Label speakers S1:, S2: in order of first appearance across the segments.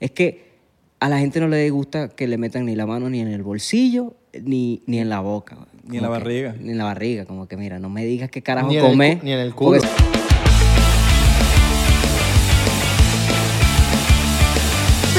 S1: Es que a la gente no le gusta que le metan ni la mano ni en el bolsillo ni, ni en la boca. güey.
S2: Ni en la
S1: Como que-
S2: barriga.
S1: ni en la barriga, como que mira, no me digas qué carajo
S3: Ni en el
S1: comer.
S3: cu- ni en el culo.
S1: porque-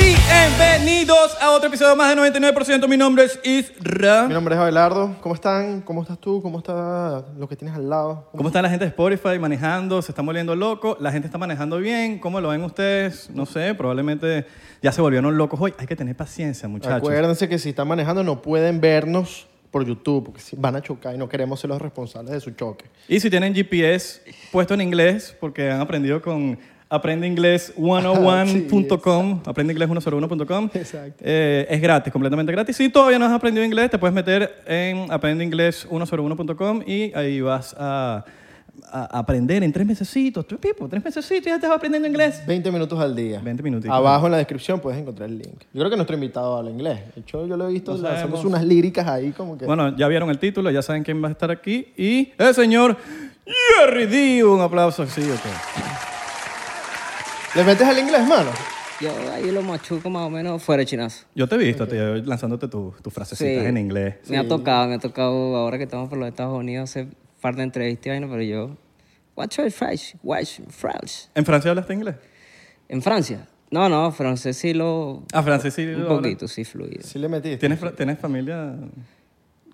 S2: Bienvenidos a otro episodio más de 99%. Mi nombre es
S3: Mi
S2: Isra.
S3: nombre es Abelardo. ¿Cómo están? ¿Cómo estás tú? ¿Cómo está lo que tienes al lado?
S2: ¿Cómo está la gente de Spotify manejando? ¿Se están volviendo loco? ¿La gente está manejando bien? ¿Cómo lo ven ustedes? No sé, probablemente ya se volvieron locos hoy. Hay que tener paciencia, muchachos.
S3: Acuérdense que si están manejando no pueden vernos por YouTube porque si van a chocar y no queremos ser los responsables de su choque.
S2: Y si tienen GPS puesto en inglés, porque han aprendido con aprendeinglés101.com, aprendeinglés101.com,
S3: Exacto.
S2: eh, es gratis, completamente gratis. Si todavía no has aprendido inglés, te puedes meter en aprendeinglés101.com y ahí vas a, a aprender en tres mesecitos, tres pipo, tres mesecitos, ya estás aprendiendo inglés.
S3: 20 minutos al día.
S2: 20 minutitos.
S3: Abajo en la descripción puedes encontrar el link. Yo creo que nuestro invitado habla inglés. De hecho, yo lo he visto
S2: No
S3: lanzándose
S2: sabemos.
S3: unas líricas ahí como que...
S2: Bueno, ya vieron el título, ya saben quién va a estar aquí y el señor Jerry D. Un aplauso así, ok.
S3: ¿Le metes al inglés, mano?
S1: Yo ahí lo machuco más o menos fuera de chinazo.
S2: Yo te he visto tío, lanzándote tu- tus frasecitas
S1: Sí.
S2: en inglés.
S1: Me ha tocado, me ha tocado ahora que estamos por los Estados Unidos hacer par de entrevistas, y vaina, pero yo. What's your French? What's your French?
S2: ¿En Francia hablaste inglés?
S1: ¿En Francia? No, no, francés sí lo.
S2: Ah, francés sí.
S1: Un
S2: lo
S1: poquito, sí, fluido.
S3: Sí le metiste.
S2: hablas. ¿Tienes, fra- tienes familia?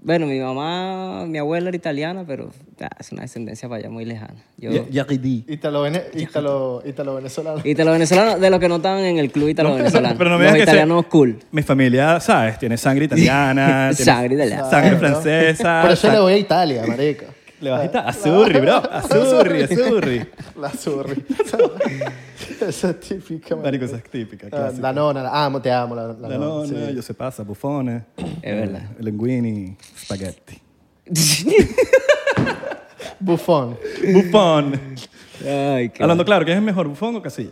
S1: Bueno, mi mamá, mi abuela era italiana, pero ah, es una descendencia para allá muy lejana. Yo,
S2: Yaridi.
S3: Ítalo, vene- ítalo, ítalo venezolano.
S1: Italo-venezolano, de los que no estaban en el club italo-venezolano.
S2: pero no me
S1: los
S2: digas que
S1: italianos cool.
S2: Mi familia, ¿sabes? Tiene sangre italiana. tiene
S1: Sangre italiana.
S2: Sangre
S3: Claro.
S2: francesa.
S3: Por eso
S2: sang-
S3: le voy a Italia, marica.
S2: le bajita a Surri, bro. A Surri, a Surri.
S3: La zurri. Esa es típica.
S2: Marico, esa es típica.
S3: Ah,
S2: clásica.
S3: La nona, la amo, te amo. La, la
S2: La
S3: nona, sí.
S2: nona, yo se pasa, bufones. Eh,
S1: Es verdad.
S2: Linguini, spaghetti.
S3: Bufón.
S2: Bufón.
S1: Ay, qué
S2: Hablando claro, ¿quién es mejor, bufón o casilla?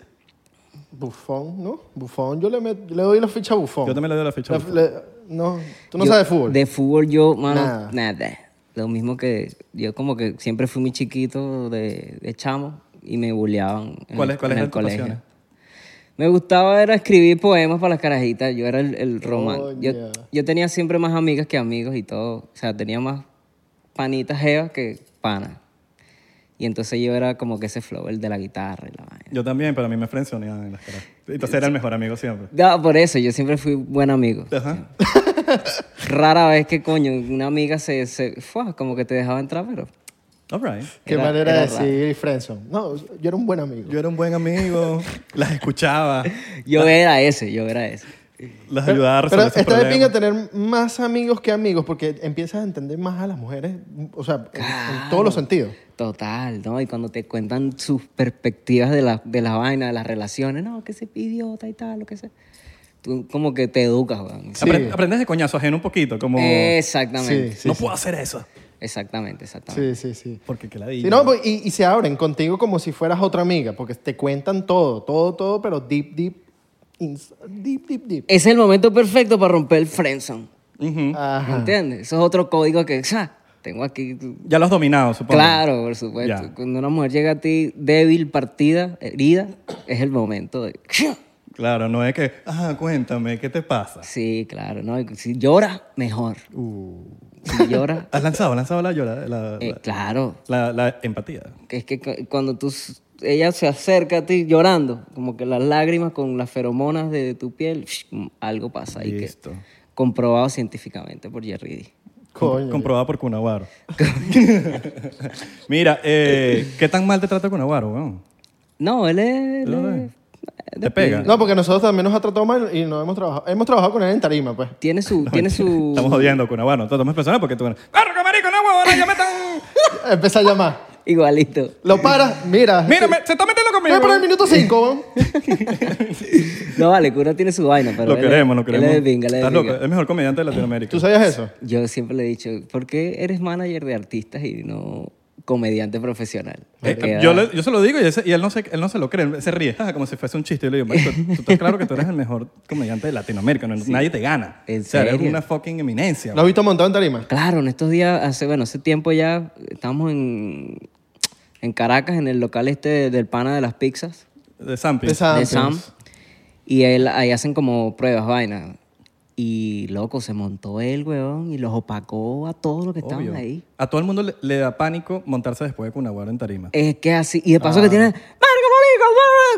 S3: Bufón, ¿no? Bufón, yo le, met- le doy la ficha a Bufón.
S2: Yo también le doy la ficha. a
S3: La-
S2: Buffon.
S3: le- no, tú no
S1: Yo-
S3: sabes fútbol.
S1: De fútbol yo, mano,
S3: Nada.
S1: nada. Lo mismo que yo como que siempre fui muy chiquito de, de chamo y me bulleaban en
S2: ¿Cuál
S1: el-
S2: es- cuál
S1: en
S2: es
S1: el
S2: de tus
S1: colegio.
S2: pasiones?
S1: Me gustaba era escribir poemas para las carajitas. Yo era el, el romántico. Yo,
S3: Coño.
S1: yo tenía siempre más amigas que amigos y todo. O sea, tenía más panitas jevas que pana. Y entonces yo era como que ese flow, el de la guitarra y la vaina.
S2: Yo también, pero a mí me frencionaban en las caras. Entonces era el mejor amigo siempre.
S1: No, por eso, yo siempre fui buen amigo.
S2: Ajá.
S1: Rara vez que, coño, una amiga se, se fue, como que te dejaba entrar, pero
S2: All right.
S3: Qué
S1: era-
S3: manera
S1: era
S3: de decir Friendson. No, yo era un buen amigo.
S2: Yo era un buen amigo, las escuchaba,
S1: Yo
S3: Ah.
S1: era ese, yo era ese.
S2: las ayudaba a
S3: Pero
S2: resolver sus
S3: está de pinga
S2: problemas.
S3: tener más amigos que amigos porque empiezas a entender más a las mujeres, o sea, en- en, todos los sentidos.
S1: Total, ¿no? Y cuando te cuentan sus perspectivas de la, de la vaina, de las relaciones, no, que se idiota y tal, lo que sea. Tú como que te educas, weón.
S3: Sí. Eh,
S2: Apre- aprendes de coñazo ajeno un poquito, como
S1: Exactamente.
S3: Sí,
S2: no puedo hacer eso,
S1: Exactamente, exactamente.
S3: sí, sí, sí.
S2: porque que la
S3: Sí, no, pues, y, y se abren contigo como si fueras otra amiga, porque te cuentan todo, todo, todo, pero deep, deep, ins- deep, deep, deep.
S1: Es el momento perfecto para romper el friendzone.
S3: pues- Ajá.
S1: ¿Entiendes? Eso es otro código que, ¡ja! tengo aquí.
S2: Ya lo has dominado, supongo.
S1: Claro, por supuesto.
S2: Ya.
S1: Cuando una mujer llega a ti débil, partida, herida, es el momento de... ¡ja!
S2: Claro, no es que, ah, cuéntame, ¿qué te pasa?
S1: Sí, claro, ¿no? Y Si llora, mejor. Si llora,
S2: Uh, Has lanzado, has lanzado la llora, la,
S1: Eh, claro,
S2: la- la empatía.
S1: que es que cu- cuando tú, s- ella se acerca a ti llorando, como que las lágrimas con las feromonas de tu piel, algo pasa ahí que
S2: Listo.
S1: comprobado científicamente por Jerry D.
S3: Coño.
S2: Comprobado por Cunaguaro. Mira, eh, ¿qué tan mal te trata Cunaguaro, weón?
S1: No, él es... él
S2: Ay.
S1: es- eh,
S2: ¿Te pega?
S3: No, porque nosotros también nos ha tratado mal y no hemos trabajado. Hemos trabajado con él en tarima, pues.
S1: Tiene su... tiene
S3: Uh.
S1: su
S2: Estamos jodiendo con Navarro. Nosotros tomamos personal porque tú... ¡Carga, marico, no, huevona! ¡Ya me están...
S3: Empieza a llamar.
S1: Igualito.
S3: Lo paras, mira.
S2: ¡Mira, me- se está metiendo
S3: Voy
S2: conmigo!
S3: por el minuto 5.
S1: No vale, que uno tiene su vaina, pero...
S2: Lo
S1: él es-
S2: queremos, lo queremos.
S1: Él es de pinga, él es de
S2: Estás loco,
S1: pinga.
S2: es el mejor comediante de Latinoamérica.
S3: ¿Tú sabías eso?
S1: Yo siempre le he dicho, ¿por qué eres manager de artistas y no comediante profesional?
S2: Eh,
S1: Porque,
S2: yo,
S1: ah,
S2: le- yo se lo digo y, ese- y él, no se, él no se lo cree, él se ríe, jaja, como si fuese un chiste. Yo le digo, "Marico, tú, tú estás claro que tú eres el mejor comediante de Latinoamérica, no- nadie te gana.
S1: ¿En
S2: o sea, eres
S1: serio?
S2: una fucking eminencia.
S3: ¿Lo has visto montado en tarima?
S1: Claro, en estos días, hace, bueno, hace tiempo ya estamos en, en Caracas, en el local este de- del pana de las pizzas,
S2: De Sampi.
S3: De Sam. Ah,
S1: de
S3: pues.
S1: Sam. Y él, ahí hacen como pruebas, vaina. Y loco, se montó él, weón, y los opacó a todos los que estaban
S2: Obvio.
S1: ahí.
S2: A todo el mundo le, le da pánico montarse después de Cunaguaro en tarima.
S1: Es que así, y de paso
S2: Ah.
S1: que tiene, marico, marico,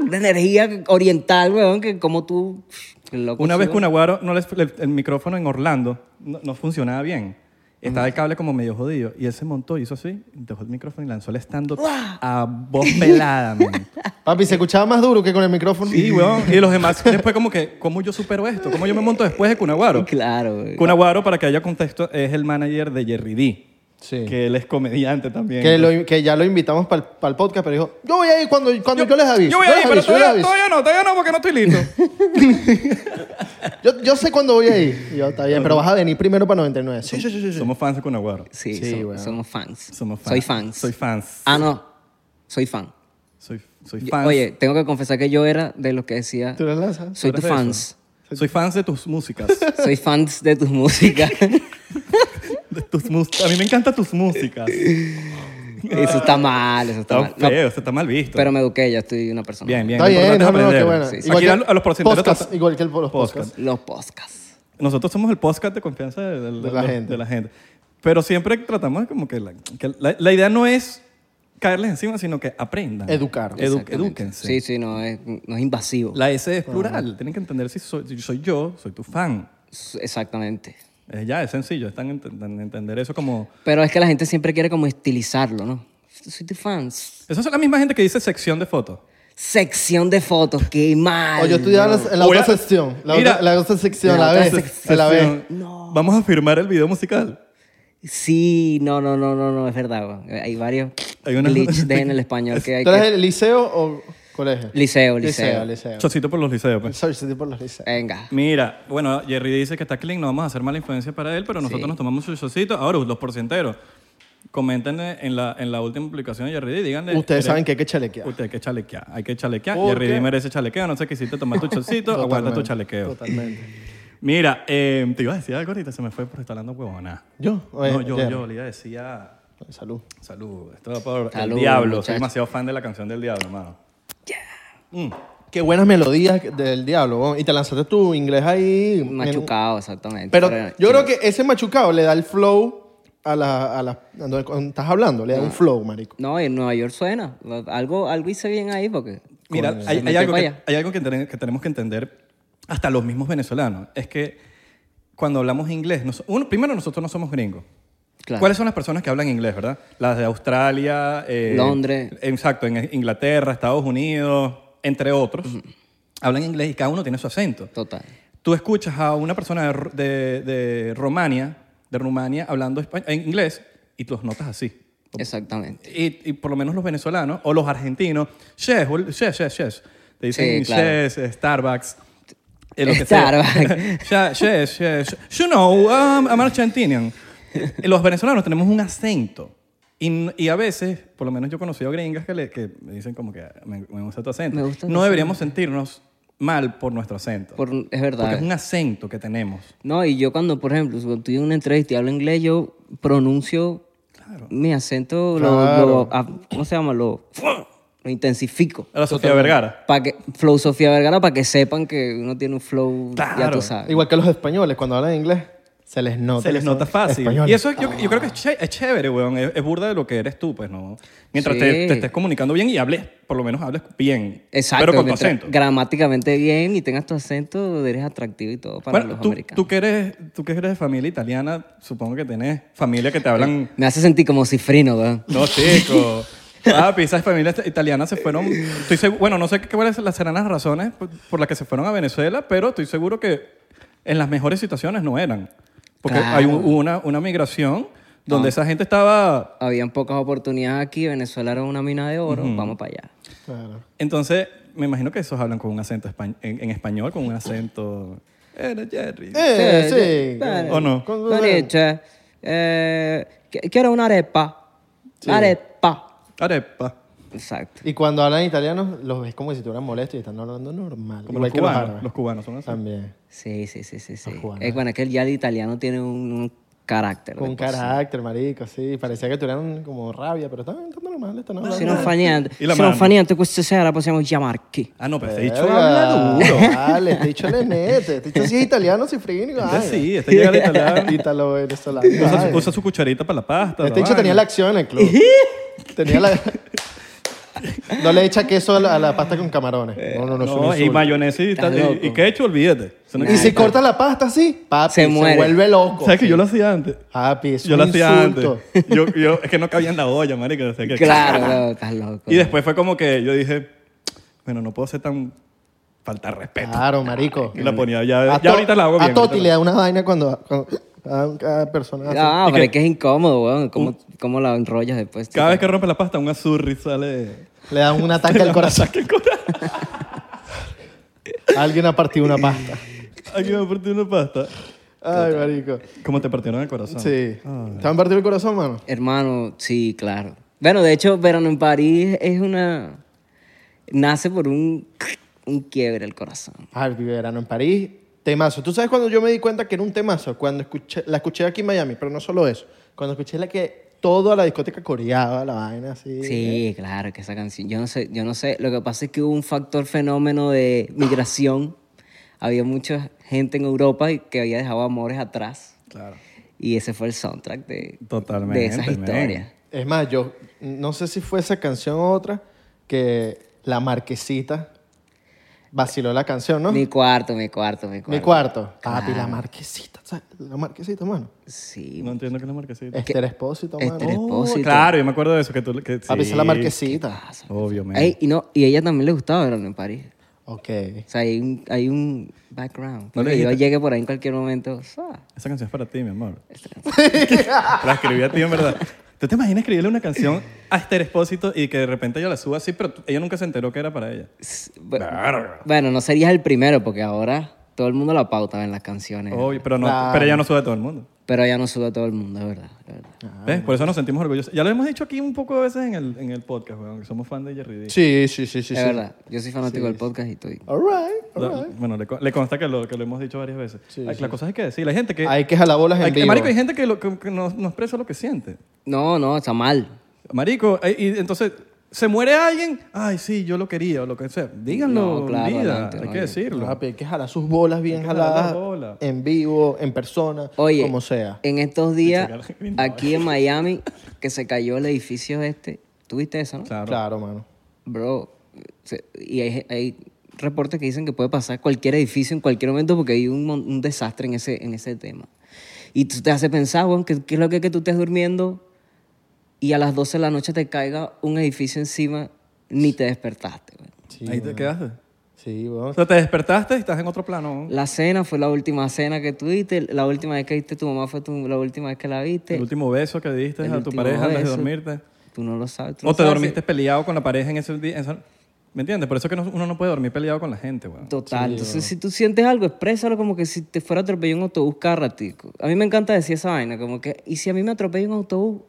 S1: marico", una energía oriental, weón, que como tú, que el loco
S2: Una vez
S1: sube.
S2: Cunaguaro, no les- le- el micrófono en Orlando no, no funcionaba bien. Estaba el cable como medio jodido. Y él se montó, hizo así, dejó el micrófono y lanzó el stand-up a voz pelada, man.
S3: Papi, se escuchaba más duro que con el micrófono.
S2: Sí, weón. Y los demás después como que, ¿cómo yo supero esto? ¿Cómo yo me monto después de Cunaguaro?
S1: Claro, weón.
S2: Cunaguaro, para que haya contexto, es el manager de Jerry D.
S3: Sí.
S2: Que él es comediante también.
S3: Que, lo- que ya lo invitamos para el podcast, pero dijo, yo voy a ir cuando, cuando yo, les aviso.
S2: Yo voy a ir,
S3: les
S2: pero
S3: aviso, yo les
S2: todavía,
S3: aviso.
S2: todavía no, todavía no, porque no estoy listo.
S3: Yo, yo sé cuándo voy a ir. Y yo, está bien, pero vas a venir primero para 99. Sí,
S2: Somos fans de Cunaguaro.
S1: Sí,
S3: Sí,
S1: som-
S3: weón.
S1: somos fans.
S2: Somos fans.
S1: Soy fans.
S2: Soy fans.
S1: Ah, no, soy fan.
S2: Soy, soy
S1: Yo-
S2: fans.
S1: Oye, tengo que confesar que yo era de los que decía,
S3: ¿Tú las lanzas?
S1: soy
S2: ¿Tú eres
S1: tu
S2: de eso?
S1: fans.
S2: Soy fans de tus músicas.
S1: Soy fans de tus músicas.
S2: De tus mus- a mí me encantan tus músicas.
S1: eso está mal, eso está,
S2: Está
S1: mal. No,
S2: feo, se está mal visto.
S1: pero me eduqué, ya estoy una persona.
S2: bien, bien.
S3: Está
S2: lo
S3: bien,
S2: importante es
S3: no, no, no,
S2: aprender.
S3: qué bueno.
S1: Sí, sí.
S2: Aquí a, a los porcenteros.
S3: podcast,
S2: trata-
S3: igual que el, los
S2: Podcast.
S3: podcasts.
S1: Los podcasts.
S2: Nosotros somos el podcast de confianza de, de-
S3: De la
S2: de-
S3: gente.
S2: de la gente. Pero siempre tratamos de como que, la, que la- la idea no es caerles encima, sino que aprendan.
S3: Educar.
S2: Edu-
S1: Exactamente.
S2: edúquense.
S1: Sí, sí, no es, no es invasivo.
S2: La S
S3: Ah.
S2: es plural. Tienen que entender si soy, si soy yo, soy tu fan.
S1: S- Exactamente.
S2: Eh, ya, es sencillo. Están ent- en- entender eso como...
S1: Pero es que la gente siempre quiere como estilizarlo, ¿no? Soy tu fans.
S2: Esa es la misma gente que dice sección de fotos.
S1: Sección de fotos, qué mal.
S3: O Oh, yo estudiaba en
S1: bro.
S3: la- en la
S2: Voy
S3: otra
S2: a-
S3: sección. La,
S2: Mira.
S3: otra, la otra sección,
S1: La
S3: la,
S1: otra
S3: vez
S2: Sec-
S3: la
S2: sección.
S3: vez
S2: Vamos a firmar el video musical.
S1: Sí, no, no, no, no, no, es verdad. weón. Hay varios
S2: Hay una-
S1: glitches de en el español que hay
S3: ¿Tú eres
S1: que...
S3: del liceo o colegio?
S1: Liceo, liceo.
S3: Liceo, liceo.
S2: Chocito por los liceos, pues.
S3: Sorry, soy por los liceos.
S1: Venga.
S2: Mira, bueno, Jerry dice que está clean, no vamos a hacer mala influencia para él, pero nosotros nos tomamos su chocito. Ahora, los porcenteros, comenten en la, en la última publicación de Jerry D, díganle...
S3: Ustedes
S2: ¿creen-
S3: saben que hay que chalequear.
S2: Usted hay que chalequear, hay que chalequear.
S3: ¿Por
S2: Jerry
S3: qué?
S2: D merece chalequeo, no sé qué hiciste, toma tu chocito, aguanta tu
S3: Totalmente,
S2: chalequeo.
S3: Totalmente.
S2: Mira, eh, te iba a decir algo ahorita, se me fue por estar hablando huevona.
S3: ¿Yo? Oye,
S2: No, yo,
S3: Jerry.
S2: yo le iba a decir a...
S3: Salud.
S2: Salud, esto va por
S1: Salud,
S2: el diablo.
S1: muchacho.
S2: Soy demasiado fan de la canción del diablo, hermano.
S3: Qué buenas melodías del diablo. ¿no? Y te lanzaste tu inglés ahí.
S1: Machucado, exactamente.
S3: Pero yo creo que ese machucado le da el flow a la... A la cuando cuando estás hablando, le da
S2: Ah.
S3: un flow, marico.
S1: No, en Nueva York suena. Algo, algo hice bien ahí porque...
S2: Mira,
S1: Coño,
S2: hay,
S1: se
S2: hay
S1: metió
S2: algo
S1: pa'
S2: que,
S1: allá.
S2: hay algo que, ten- que tenemos que entender hasta los mismos venezolanos. Es que cuando hablamos inglés, nos- uno, primero nosotros no somos gringos.
S1: Claro.
S2: ¿Cuáles son las personas que hablan inglés, verdad? Las de Australia, eh,
S1: Londres.
S2: Exacto, en Inglaterra, Estados Unidos, entre otros. Hablan inglés y cada uno tiene su acento.
S1: Total.
S2: Tú escuchas a una persona de, Ru- de, de Rumania, de Rumania hablando espa- en inglés y tú los notas así.
S1: Exactamente.
S2: Y, y por lo menos los venezolanos o los argentinos, chef, bol- chef, chef, chef. Te dicen
S1: Sí, claro.
S2: chef, eh, Starbucks. eh, lo que
S1: Starbucks.
S2: sea. Chef, chef, chef. You know, um, I'm Argentinian. Eh, los venezolanos tenemos un acento. Y, n- y a veces, por lo menos yo he conocido gringas que, le- que me dicen como que me, me gusta tu acento.
S1: Me gusta tu
S2: no deberíamos sentirnos mal por nuestro acento.
S1: Por- es
S2: porque
S1: verdad.
S2: es un acento que tenemos.
S1: No, y yo cuando, por ejemplo, cuando estoy en una entrevista y hablo inglés, yo pronuncio mi acento, lo-
S3: Claro.
S1: lo, ah, ¿cómo se llama? Lo, lo intensifico.
S2: A la Sofía Vergara.
S1: Para que, flow Sofía Vergara, para que sepan que uno tiene un flow, ya
S2: Claro.
S1: tú sabes.
S3: Igual que los españoles, cuando hablan inglés, se les nota.
S2: Se les
S3: que
S2: nota
S3: son
S2: fácil.
S3: españoles. Ah.
S2: Y eso yo, yo creo que es, ché- es chévere, weón. Es, es burda de lo que eres tú, pues, ¿no? Mientras te,
S1: Sí.
S2: te estés comunicando bien y hables, por lo menos hables bien.
S1: Exacto.
S2: Pero con tu
S1: mientras
S2: acento.
S1: Gramáticamente bien y tengas tu acento, eres atractivo y todo para
S2: Bueno,
S1: los
S2: tú,
S1: americanos.
S2: tú, que eres, tú que eres de familia italiana, supongo que tienes familia que te hablan...
S1: Me hace sentir como cifrino, ¿verdad?
S2: No, chico. Papi, esas familias italianas se fueron... Estoy segu- bueno, no sé qué- cuáles las serán las razones por, por las que se fueron a Venezuela, pero estoy seguro que en las mejores situaciones no eran. Porque
S1: Claro. Ah.
S2: hay un- una, una migración donde esa gente estaba...
S1: Habían pocas oportunidades aquí, Venezuela era una mina de oro, vamos para allá.
S3: Claro.
S2: Entonces, me imagino que esos hablan con un acento espa- en, en español, con un acento. Era Jerry.
S3: Eh, sí.
S1: vale.
S2: ¿O no?
S3: Con-
S1: Maricha, eh, qui- quiero una arepa. Arepa.
S2: Arepa.
S1: Exacto.
S3: Y cuando hablan italiano, los ves como si estuvieran molestos y están hablando normal.
S2: Como
S3: Igual
S2: los
S3: que los
S2: cubanos.
S3: árabes. Ah,
S2: los cubanos son así.
S3: También.
S1: Sí, sí, sí, sí. sí.
S3: Ah, Juan,
S1: Es bueno, es que ya el italiano tiene un, un carácter. de
S3: Con
S1: por sí.
S3: carácter, marico, sí. Parecía que tuvieran como rabia, pero está, está normal, está normal.
S1: Se non fa niente,
S2: E la
S1: se non
S2: mano?
S1: fa niente questa sera possiamo chiamarti.
S2: Ah, no, pero este
S3: Verga,
S2: dicho
S3: eh,
S2: habla duro.
S3: Dale, este dicho le mete. Este dicho sí es italiano, sí frío.
S2: Este sí,
S3: eh,
S2: este llega al italiano.
S3: Ítalo venezolano.
S2: Usa
S3: Ay.
S2: su, usa su cucharita para la pasta.
S3: eh, Este
S2: la
S3: dicho tenía
S2: vaina.
S3: la acción en el club. tenía la... No le echa queso a la, a la pasta con camarones. No, no, no, es un
S2: No, y
S3: insulto.
S2: mayonesa y,
S1: Estás
S2: tal, y-
S1: loco.
S2: y ketchup, olvídate. Eso no
S3: Y
S2: existe.
S3: si corta la pasta así, papi,
S1: Se
S3: se,
S1: muere.
S3: vuelve loco.
S2: ¿Sabes que yo lo hacía antes?
S3: Papi, es
S2: Yo
S3: un
S2: lo hacía antes.
S3: insulto.
S2: Yo, yo, es que no cabía en la olla, marica. o sea que-
S1: Claro, no, estás loco.
S2: Y
S3: E
S2: después fue como que yo dije, bueno, no puedo ser tan faltar respeto.
S3: Claro, marico.
S2: Y la ponía ya,
S3: A
S2: ya
S3: to-
S2: ahorita la hago bien.
S3: A Toti
S2: ahorita
S3: le
S2: la-
S3: da una vaina cuando, cuando a cada persona hace-
S1: Ah,
S2: ¿Y
S1: pero
S2: qué?
S1: es que es incómodo, weón. ¿Cómo, cómo la enrollas después?
S2: Cada vez que rompe la pasta, un azurri sale.
S3: le dan un ataque al corazón.
S2: Saca el corazón.
S3: Alguien ha partido una pasta.
S2: Aquí me partió una pasta.
S3: Ay, marico.
S2: Como te partieron el corazón.
S3: Sí. ¿Te han partido el corazón, mano?
S1: Hermano, sí, claro. Bueno, de hecho, Verano en París es una... Nace por un, un quiebre el corazón.
S3: Ay, mi verano en París, temazo. ¿Tú sabes cuando yo me di cuenta que era un temazo? Cuando escuché, la escuché aquí en Miami, pero no solo eso. Cuando escuché la que toda la discoteca coreaba, la vaina así.
S1: Sí, claro, que esa canción. Yo no sé, yo no sé. Lo que pasa es que hubo un factor fenómeno de migración. Había mucha gente en Europa y que había dejado amores atrás.
S2: Claro.
S1: Y ese fue el soundtrack de,
S2: Totalmente,
S1: de esas
S2: men.
S1: historias.
S3: Es más, yo no sé si fue esa canción o otra que la marquesita vaciló la canción, ¿no?
S1: Mi cuarto, mi cuarto, mi cuarto. Ah.
S3: Mi cuarto. Papi, la marquesita. ¿sabes? La marquesita, mano.
S1: Sí.
S2: No entiendo qué es la marquesita. Oh,
S3: Esther Espósito, mano.
S1: Esther- Espósito.
S2: claro, yo me acuerdo de eso. Que tú, que,
S3: Papi, Ah, esa es la
S2: marquesita.
S3: marquesita.
S2: Obviamente.
S1: Ey, y, no, y a ella también le gustaba verano en París.
S3: Ok.
S1: O sea, hay un, hay un background.
S2: No le
S1: que yo
S2: dijiste-
S1: llegué por ahí en cualquier momento. sa.
S2: Esa canción es para ti, mi amor. la escribí a ti, en verdad. ¿Tú te imaginas escribirle una canción a Esther Espósito y que de repente ella la suba así, pero tú- ella nunca se enteró que era para ella?
S1: S- bu-
S2: Verga.
S1: Bueno, no serías el primero porque ahora todo el mundo la pauta en las canciones.
S2: Obvio, pero, no,
S3: Claro.
S2: pero ella no sube a todo el mundo.
S1: Pero ella no sube a todo el mundo, es verdad. es verdad.
S3: Ah.
S2: ¿Ves? Por eso nos sentimos orgullosos. Ya lo hemos dicho aquí un poco de veces en el, en el podcast, weón, que somos fan de Jerry D.
S3: Sí, sí, sí, sí.
S1: es
S3: sí.
S1: verdad. Yo soy fanático del podcast y estoy...
S3: All right, all
S2: La-
S3: right.
S2: bueno, le, co- le consta que lo, que lo hemos dicho varias veces. Ay, La cosa es que decir, hay gente que...
S3: Hay que jalar bolas en
S2: hay,
S3: vivo.
S2: Marico, hay gente que, lo- que- que no, no expresa lo que siente.
S1: No, no, está mal.
S2: Marico, ay, y entonces... ¿Se muere alguien? Ay, sí, yo lo quería o lo que sea. Díganlo,
S1: No, claro,
S2: vida,
S1: adelante,
S2: hay
S1: no,
S2: que
S1: yo-
S2: decirlo.
S3: Papi, hay que jalar sus bolas bien
S2: que jalar las
S3: jaladas,
S2: bolas.
S3: en vivo, en persona,
S1: Oye, eh,
S3: como sea.
S1: en estos días,
S2: Sacar la-
S1: aquí en Miami, que se cayó el edificio este, ¿tuviste eso, no?
S2: Claro.
S3: Claro, mano.
S1: Bro, se- y hay, hay reportes que dicen que puede pasar cualquier edificio en cualquier momento porque hay un, mon- un desastre en ese, en ese tema. Y tú te hace pensar, weón, que, que es lo que, que tú estés durmiendo y a las 12 de la noche te caiga un edificio encima, ni te despertaste, weón.
S3: Sí,
S2: Ahí te quedaste.
S3: sí,
S2: O
S3: weón.
S2: sea, te despertaste y estás en otro plano.
S1: La cena fue la última cena que tuviste, la última vez que viste tu mamá fue tu- la última vez que la viste.
S2: El último beso que diste
S1: Este El
S2: a tu
S1: último
S2: pareja antes de
S1: beso.
S2: dormirte.
S1: Tú no lo sabes. tú
S2: O
S1: no
S2: te
S1: sabes.
S2: dormiste peleado con la pareja en ese día. en esa- ¿Me entiendes? Por eso es que no- uno no puede dormir peleado con la gente, weón.
S1: Total. Entonces, si tú sientes algo, exprésalo como que si te fuera a atropellar un autobús cada ratico. A mí me encanta decir esa vaina, como que, ¿y si a mí me atropella un autobús?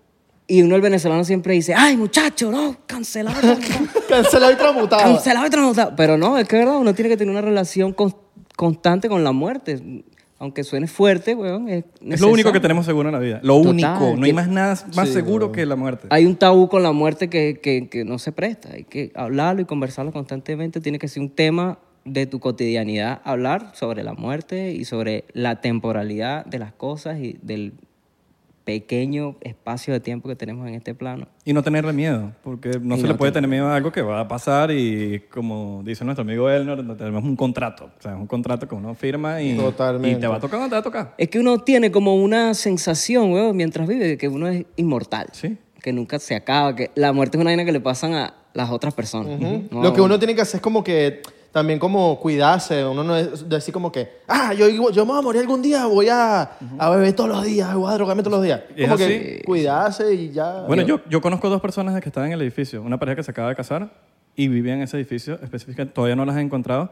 S1: Y uno, el venezolano, siempre dice, ¡ay, muchacho, no! Cancelado, cancelado,
S3: Cancelado y tramutado.
S1: cancelado y transmutado". Pero no, es que verdad, uno tiene que tener una relación con- constante con la muerte. Aunque suene fuerte, weón, es,
S2: Es lo único que tenemos seguro en la vida. Lo
S1: Total,
S2: único. No hay
S1: que-
S2: más nada más seguro que la muerte.
S1: Hay un tabú con la muerte que, que- que no se presta. Hay que hablarlo y conversarlo constantemente. Tiene que ser un tema de tu cotidianidad, hablar sobre la muerte y sobre la temporalidad de las cosas y del pequeño espacio de tiempo que tenemos en este plano.
S2: Y no tenerle miedo, porque no se le puede tener miedo a algo que va a pasar y como dice nuestro amigo Elnor, no tenemos un contrato. O sea, es un contrato que uno firma y,
S3: Totalmente.
S2: y te va a tocar, no te va a tocar.
S1: Es que uno tiene como una sensación, weón, mientras vive, de que uno es inmortal.
S2: Sí.
S1: Que nunca se acaba, que la muerte es una vaina que le pasan a las otras personas. No,
S3: Lo que uno tiene que hacer es como que también como cuidarse. Uno no es decir como que, ah, yo, yo me voy a morir algún día, voy a, a beber todos los días, voy a drogarme todos los días.
S2: Es
S3: Como
S2: así.
S3: que cuidarse y ya.
S2: Bueno, yo, yo conozco dos personas que estaban en el edificio. Una pareja que se acaba de casar y vivía en ese edificio específicamente. Todavía no las he encontrado.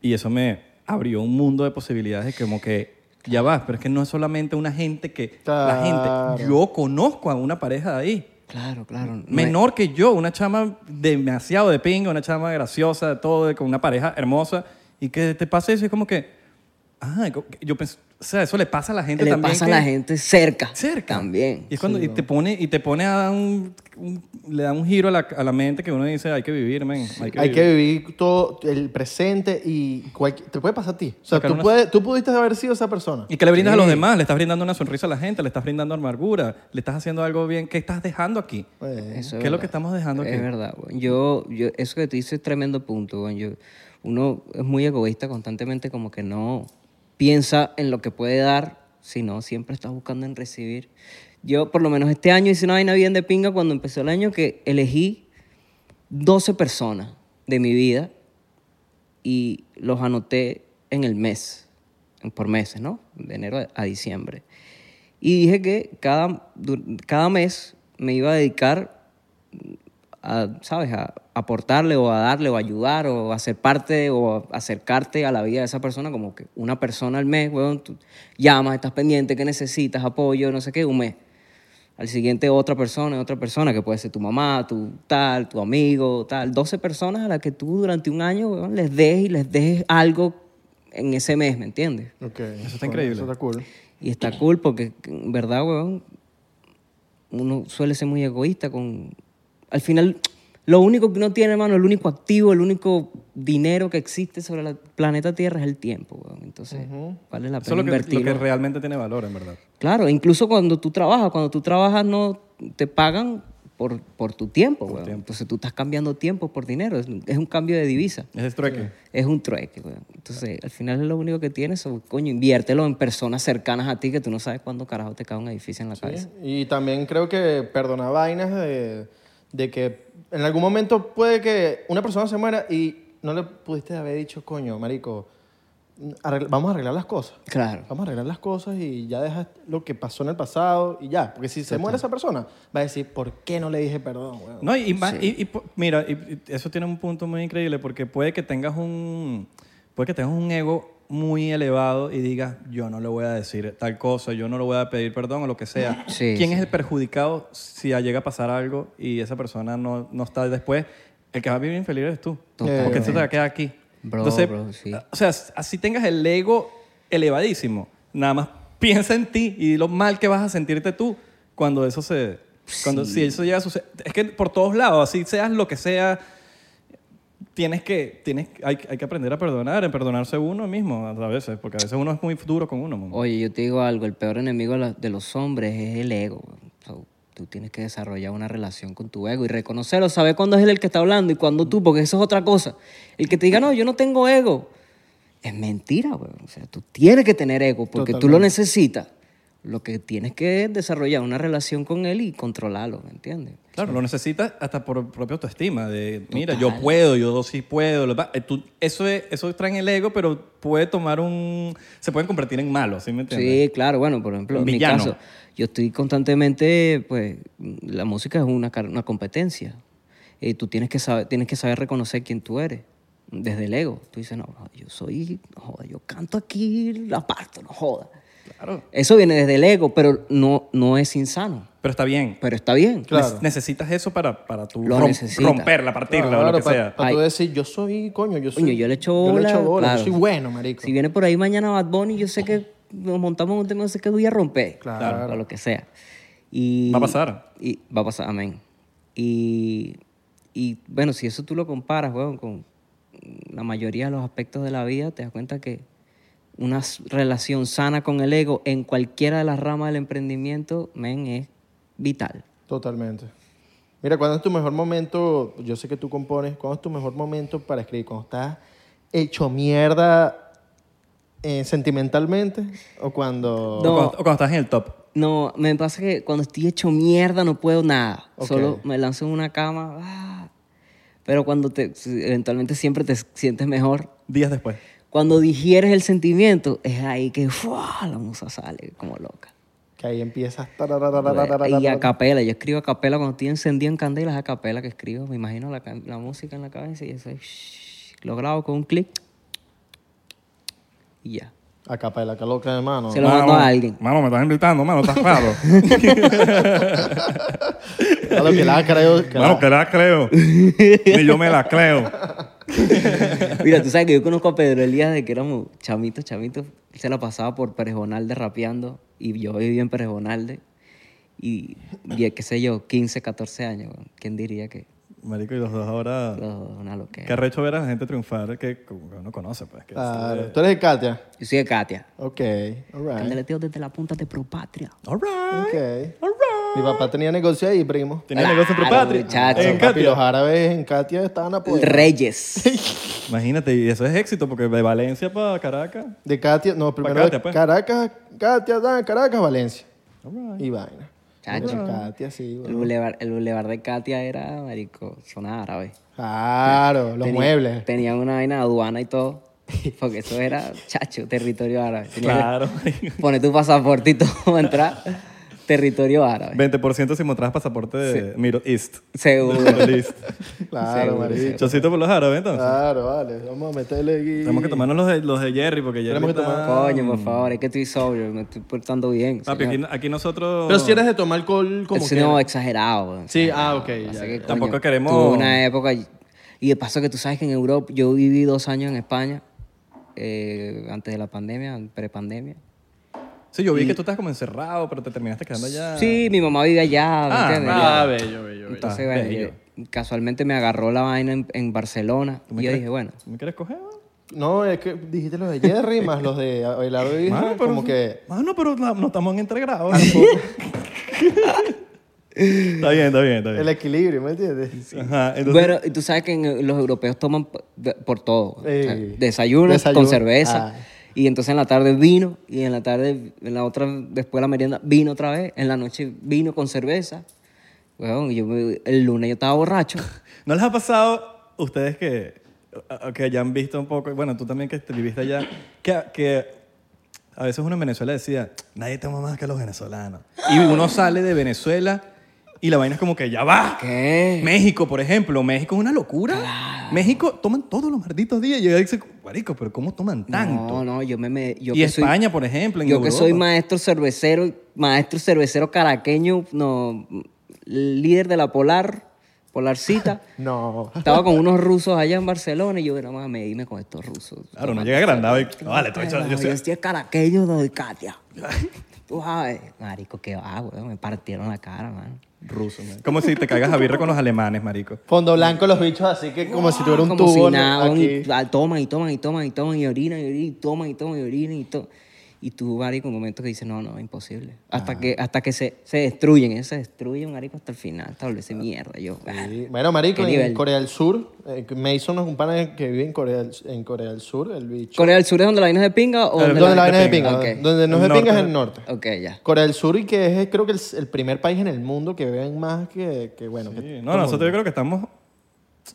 S2: Y eso me abrió un mundo de posibilidades de como que ya vas, pero es que no es solamente una gente que... La
S3: Claro.
S2: gente... Yo conozco a una pareja de ahí.
S1: Claro, claro. no es-
S2: Menor que yo, una chama demasiado de pinga, una chama graciosa, de todo, de- con una pareja hermosa, y que te pase eso y es como que, ah, co- yo pensé, o sea, eso le pasa a la gente
S1: Le
S2: también.
S1: pasa
S2: que-
S1: a la gente cerca.
S2: Cerca.
S1: También.
S2: Y es cuando y te pone, y te pone a dar un, un- le da un giro a la, a la mente que uno dice, hay que vivir, men. Hay que
S3: Hay
S2: vivir.
S3: que vivir todo el presente y cual- te puede pasar a ti. O sea,
S2: Sacar
S3: tú,
S2: una-
S3: puedes- tú pudiste haber sido esa persona.
S2: Y que le brindas a los demás, le estás brindando una sonrisa a la gente, le estás brindando amargura, le estás haciendo algo bien. ¿Qué estás dejando aquí?
S3: Eh,
S1: Eso
S2: ¿Qué es lo
S1: verdad.
S2: que estamos dejando aquí?
S1: Es verdad, weón. yo, yo Eso que tú dices es tremendo punto, weón. Yo, uno es muy egoísta constantemente, como que no piensa en lo que puede dar, sino siempre está buscando en recibir. Yo, por lo menos este año, hice una vaina bien de pinga cuando empezó el año que elegí 12 personas de mi vida y los anoté en el mes, en- por meses, ¿no? De enero a- a diciembre. Y dije que cada, du- cada mes me iba a dedicar a, ¿sabes? A aportarle o a darle o a ayudar o a ser parte o a acercarte a la vida de esa persona como que una persona al mes, weón, tú llamas, estás pendiente, que necesitas apoyo, no sé qué, un mes. Al siguiente otra persona, otra persona, que puede ser tu mamá, tu tal, tu amigo, tal. 12 personas a las que tú durante un año, weón, les des y les des algo en ese mes, ¿me entiendes?
S3: ok.
S2: está
S3: Coño,
S2: increíble.
S3: Eso está cool.
S1: Y está cool porque, en verdad, weón, uno suele ser muy egoísta con... Al final, lo único que uno tiene, hermano, el único activo, el único dinero que existe sobre el planeta Tierra es el tiempo, weón. Entonces, vale la pena
S2: Eso es lo que, lo que
S1: invertirlo.
S2: realmente tiene valor, en verdad.
S1: Claro, incluso cuando tú trabajas, cuando tú trabajas no te pagan por, por tu tiempo, weón. Entonces tú estás cambiando tiempo por dinero, es, es un cambio de divisa.
S2: Ese Es trueque.
S1: Es un trueque, weón. Entonces, al final es lo único que tienes, o, coño, inviértelo en personas cercanas a ti que tú no sabes cuándo carajo te cae un edificio en la cabeza.
S3: Y también creo que perdonar vainas de, de que en algún momento puede que una persona se muera y no le pudiste haber dicho, coño, marico, arregla- vamos a arreglar las cosas.
S1: Claro.
S3: Vamos a arreglar las cosas y ya dejas lo que pasó en el pasado y ya. Porque si se muere esa persona, va a decir, ¿por qué no le dije perdón? weón?"
S2: No, y, y más- y- y po- mira, y- y eso tiene un punto muy increíble porque puede que tengas un puede que tengas un ego muy elevado y digas, yo no le voy a decir tal cosa, yo no le voy a pedir perdón o lo que sea.
S1: Sí,
S2: ¿Quién
S1: sí.
S2: es el perjudicado si llega a pasar algo y esa persona no, no está después? El que va a vivir infeliz eres tú.
S1: Totalmente.
S2: Porque eso te va a quedar aquí.
S1: Bro, bro, sí.
S2: O sea, así tengas el ego elevadísimo, nada más piensa en ti y lo mal que vas a sentirte tú cuando eso se... Cuando, Si eso llega a suceder... Es que por todos lados, así seas lo que sea, tienes que... Tienes, hay, hay que aprender a perdonar, a perdonarse uno mismo a veces, porque a veces uno es muy duro con uno. man.
S1: Oye, yo te digo algo, el peor enemigo de la- de los hombres es el ego. weón. So, tú tienes que desarrollar una relación con tu ego y reconocerlo, saber cuándo es él el que está hablando y cuándo tú, porque eso es otra cosa. El que te diga, no, yo no tengo ego, es mentira, weón. O sea, tú tienes que tener ego porque tú lo necesitas. Lo que tienes que es desarrollar una relación con él y controlarlo, ¿me entiendes?
S2: Claro, lo necesitas hasta por propia autoestima. De, mira, yo puedo, yo sí puedo. lo- eh, tú- eso, es, eso trae en el ego, pero puede tomar un... Se pueden convertir en malos, ¿sí me entiendes?
S1: Sí, claro, bueno, por ejemplo, en mi
S2: Villano.
S1: caso, yo estoy constantemente, pues, la música es una, car- una competencia. Y tú tienes que, saber, tienes que saber reconocer quién tú eres, desde el ego. Tú dices, no, bro, yo soy, no joda, yo canto aquí, la parto, no joda.
S2: Claro.
S1: Eso viene desde el ego, pero no, no es insano,
S2: Pero está bien.
S1: pero está bien.
S3: Claro.
S2: Nec- necesitas eso para, para tu
S1: Lo
S2: rom-
S1: necesitas.
S2: romperla, partirla o lo que
S3: para,
S2: sea.
S3: para tú
S1: Ay.
S3: decir, yo soy, coño, yo soy.
S1: Coño, yo le echo
S3: yo
S1: bola,
S3: bola, yo
S1: claro.
S3: soy bueno, marico.
S1: Si viene por ahí mañana Bad Bunny, yo sé que nos montamos en un tema, yo sé que voy a romper.
S3: Claro.
S1: O lo que sea. Y,
S2: Va a pasar.
S1: Y, va a pasar, amén. Y, y bueno, si eso tú lo comparas, weón, con la mayoría de los aspectos de la vida, te das cuenta que una s- relación sana con el ego en cualquiera de las ramas del emprendimiento, men, es vital.
S3: Totalmente. Mira, ¿cuándo es tu mejor momento? Yo sé que tú compones. ¿Cuándo es tu mejor momento para escribir? ¿Cuando estás hecho mierda eh, sentimentalmente? ¿O cuando...?
S2: O
S1: No.
S2: cuando, o cuando estás en el top.
S1: No, me pasa que cuando estoy hecho mierda no puedo nada.
S3: Ok.
S1: Solo me lanzo en una cama. ah. Pero cuando te, eventualmente siempre te sientes mejor.
S2: Días después.
S1: Cuando digieres el sentimiento, es ahí que ¡fua! la musa sale como loca.
S3: Que ahí empiezas...
S1: Y a capela, yo escribo a capela cuando estoy encendido en candelas, a capela que escribo. Me imagino la, can- la música en la cabeza y eso es, shhh, lo grabo con un clic y ya.
S3: A capa de la caloca, hermano.
S1: Se lo mando a alguien.
S2: Mano, me estás invitando, mano, estás raro.
S3: Claro, que la creo. que la-
S2: la creo. Ni yo me la creo.
S1: Mira, tú sabes que yo conozco a Pedro Elías de que éramos chamitos, chamitos. Él se la pasaba por Pérez Bonalde rapeando y yo vivía en Pérez Bonalde. Y, y, qué sé yo, 15, 14 años, weón. ¿quién diría que
S2: Marico, y los dos ahora.
S1: lo- una
S2: Qué
S1: loquera?
S2: arrecho ver a la gente triunfar que que uno conoce, pues. que-
S3: Claro. Tú eres de Katia.
S1: Yo soy de Katia.
S3: Ok, alright.
S1: Candeleteo desde la punta de Propatria.
S2: All right.
S3: Ok.
S2: All right.
S3: Mi papá tenía negocio ahí, primo.
S2: Tenía
S1: Claro,
S2: negocio en Propatria.
S1: muchacho.
S2: En
S3: Papi, los
S2: Katia.
S3: árabes en Katia estaban apoyados.
S1: Reyes.
S2: Imagínate, y eso es éxito, porque de Valencia para Caracas.
S3: De Katia, no, primero
S2: Katia,
S3: de
S2: pues.
S3: Caracas, Katia, da, Caracas, Valencia.
S2: All right.
S3: Y vaina.
S1: Chacho.
S3: Pero Katia, sí,
S1: El
S3: bueno.
S1: bulevar, el bulevar de Katia era, marico, zona árabe.
S3: Claro, los
S1: Tenía-
S3: muebles.
S1: Tenían una vaina de aduana y todo. Porque eso era, chacho, territorio árabe. Tenías que
S2: Claro, marico.
S1: poner tu pasaporte y todo para entrar. Territorio árabe.
S2: 20% si mostrabas pasaporte de Middle East.
S1: Seguro.
S2: Middle East.
S3: Claro,
S1: Seguro,
S3: marico.
S2: Chocito por los árabes, entonces.
S3: Claro, vale. Vamos a meterle aquí.
S2: Tenemos que tomarnos los de, los de Jerry, porque Jerry.
S3: Tenemos que
S2: está-
S1: Coño, por favor, es que estoy sobrio, me estoy portando bien.
S2: Papi,
S1: señor.
S2: aquí, aquí nosotros.
S3: Oh, Pero si eres de tomar alcohol como
S1: Ese
S3: que.
S1: no, exagerado. weón,
S3: Sí,
S1: exagerado.
S3: ah, ok,
S1: Pasa
S3: ya,
S1: que,
S3: ya.
S2: Tampoco
S1: coño,
S2: queremos-
S1: Tuve una época. Y y de paso que tú sabes que en Europa, yo viví dos años en España, eh, antes de la pandemia, prepandemia.
S2: Sí,
S3: Mm.
S2: yo vi que tú estás como encerrado, pero te terminaste quedando allá.
S1: Sí, mi mamá vive allá, ¿me
S2: Ah,
S1: entiendes?
S3: Ah, bello, bello, bello.
S1: Entonces, bueno,
S2: bello.
S1: yo- casualmente me agarró la vaina en, en Barcelona.
S2: me
S1: Y yo
S2: crees?
S1: dije, bueno,
S2: ¿Me quieres coger? weón?
S3: No, es que dijiste los de Jerry más los de Abelardo y
S2: Mano, pero,
S3: como que.
S2: Mano, pero la- no estamos en entregrado. está bien, está bien, está
S3: El
S2: bien.
S3: equilibrio, ¿me entiendes?
S2: Ajá, entonces,
S1: Bueno, y tú sabes que en- eh, los europeos toman p- de- por todo. O sea,
S3: Ey.
S1: desayuno,
S3: Desayuno.
S1: con cerveza.
S3: Ah.
S1: Y entonces en la tarde vino. Y en la tarde, en la otra, después de la merienda, vino otra vez. En la noche vino con cerveza. Weón, y yo me- el lunes yo estaba borracho.
S2: ¿No les ha pasado ustedes que, o- que hayan visto un poco, bueno, tú también que te viviste allá, que, que a veces uno en Venezuela decía, nadie toma más que los venezolanos. Y uno sale de Venezuela y la vaina es como que ya va.
S1: ¿Qué?
S2: México, por ejemplo. México es una locura. México toman todos los malditos días. Y yo digo, marico, pero ¿cómo toman tanto?
S1: No, no, yo me... me- yo
S2: y
S1: que soy-
S2: España, por ejemplo. en
S1: yo que soy
S2: Europa.
S1: maestro cervecero, maestro cervecero caraqueño, no, líder de la Polar, Polarcita.
S3: No.
S1: Estaba con unos rusos allá en Barcelona y yo, no mames, medime con estos rusos.
S2: Claro, no llega agrandado y. "No, Vale, estoy hecho-
S1: Ay,
S2: yo
S1: yo
S2: sé".
S1: estoy caraqueño de Katia. Tú sabes. Marico, qué va, weón. Me partieron la cara, man.
S2: Ruso, man. Como si te cagas a birra con los alemanes, marico.
S3: Fondo blanco los bichos, así que como si tuviera un
S1: Como
S3: tubo
S1: si nada, weón,
S3: aquí.
S1: y ah, toman y toman y toman y toman y orinan y orinan y toman y toman y orinan y todo. Y tú, marico, un momento que dices, no, no, imposible. Hasta que hasta que se, se destruyen, ellos se destruyen, marico, hasta el final. Establece mierda, yo. ah.
S3: Sí. Bueno, marico,
S1: ¿Qué
S3: en
S1: nivel?
S3: Corea del Sur, eh, Mason es un pana que vive en Corea, del- en Corea del Sur, el bicho.
S1: ¿Corea del Sur es donde la vaina es de pinga o
S2: Claro,
S3: Donde Eh, la vaina es de pinga,
S1: Ok.
S3: donde no es de
S2: El
S3: pinga es
S2: norte.
S3: el norte.
S1: Ok, ya.
S3: Corea del Sur y que es eh, creo que el, el primer país en el mundo que beben más que, que, bueno, que
S2: Sí, No, nosotros yo creo que estamos.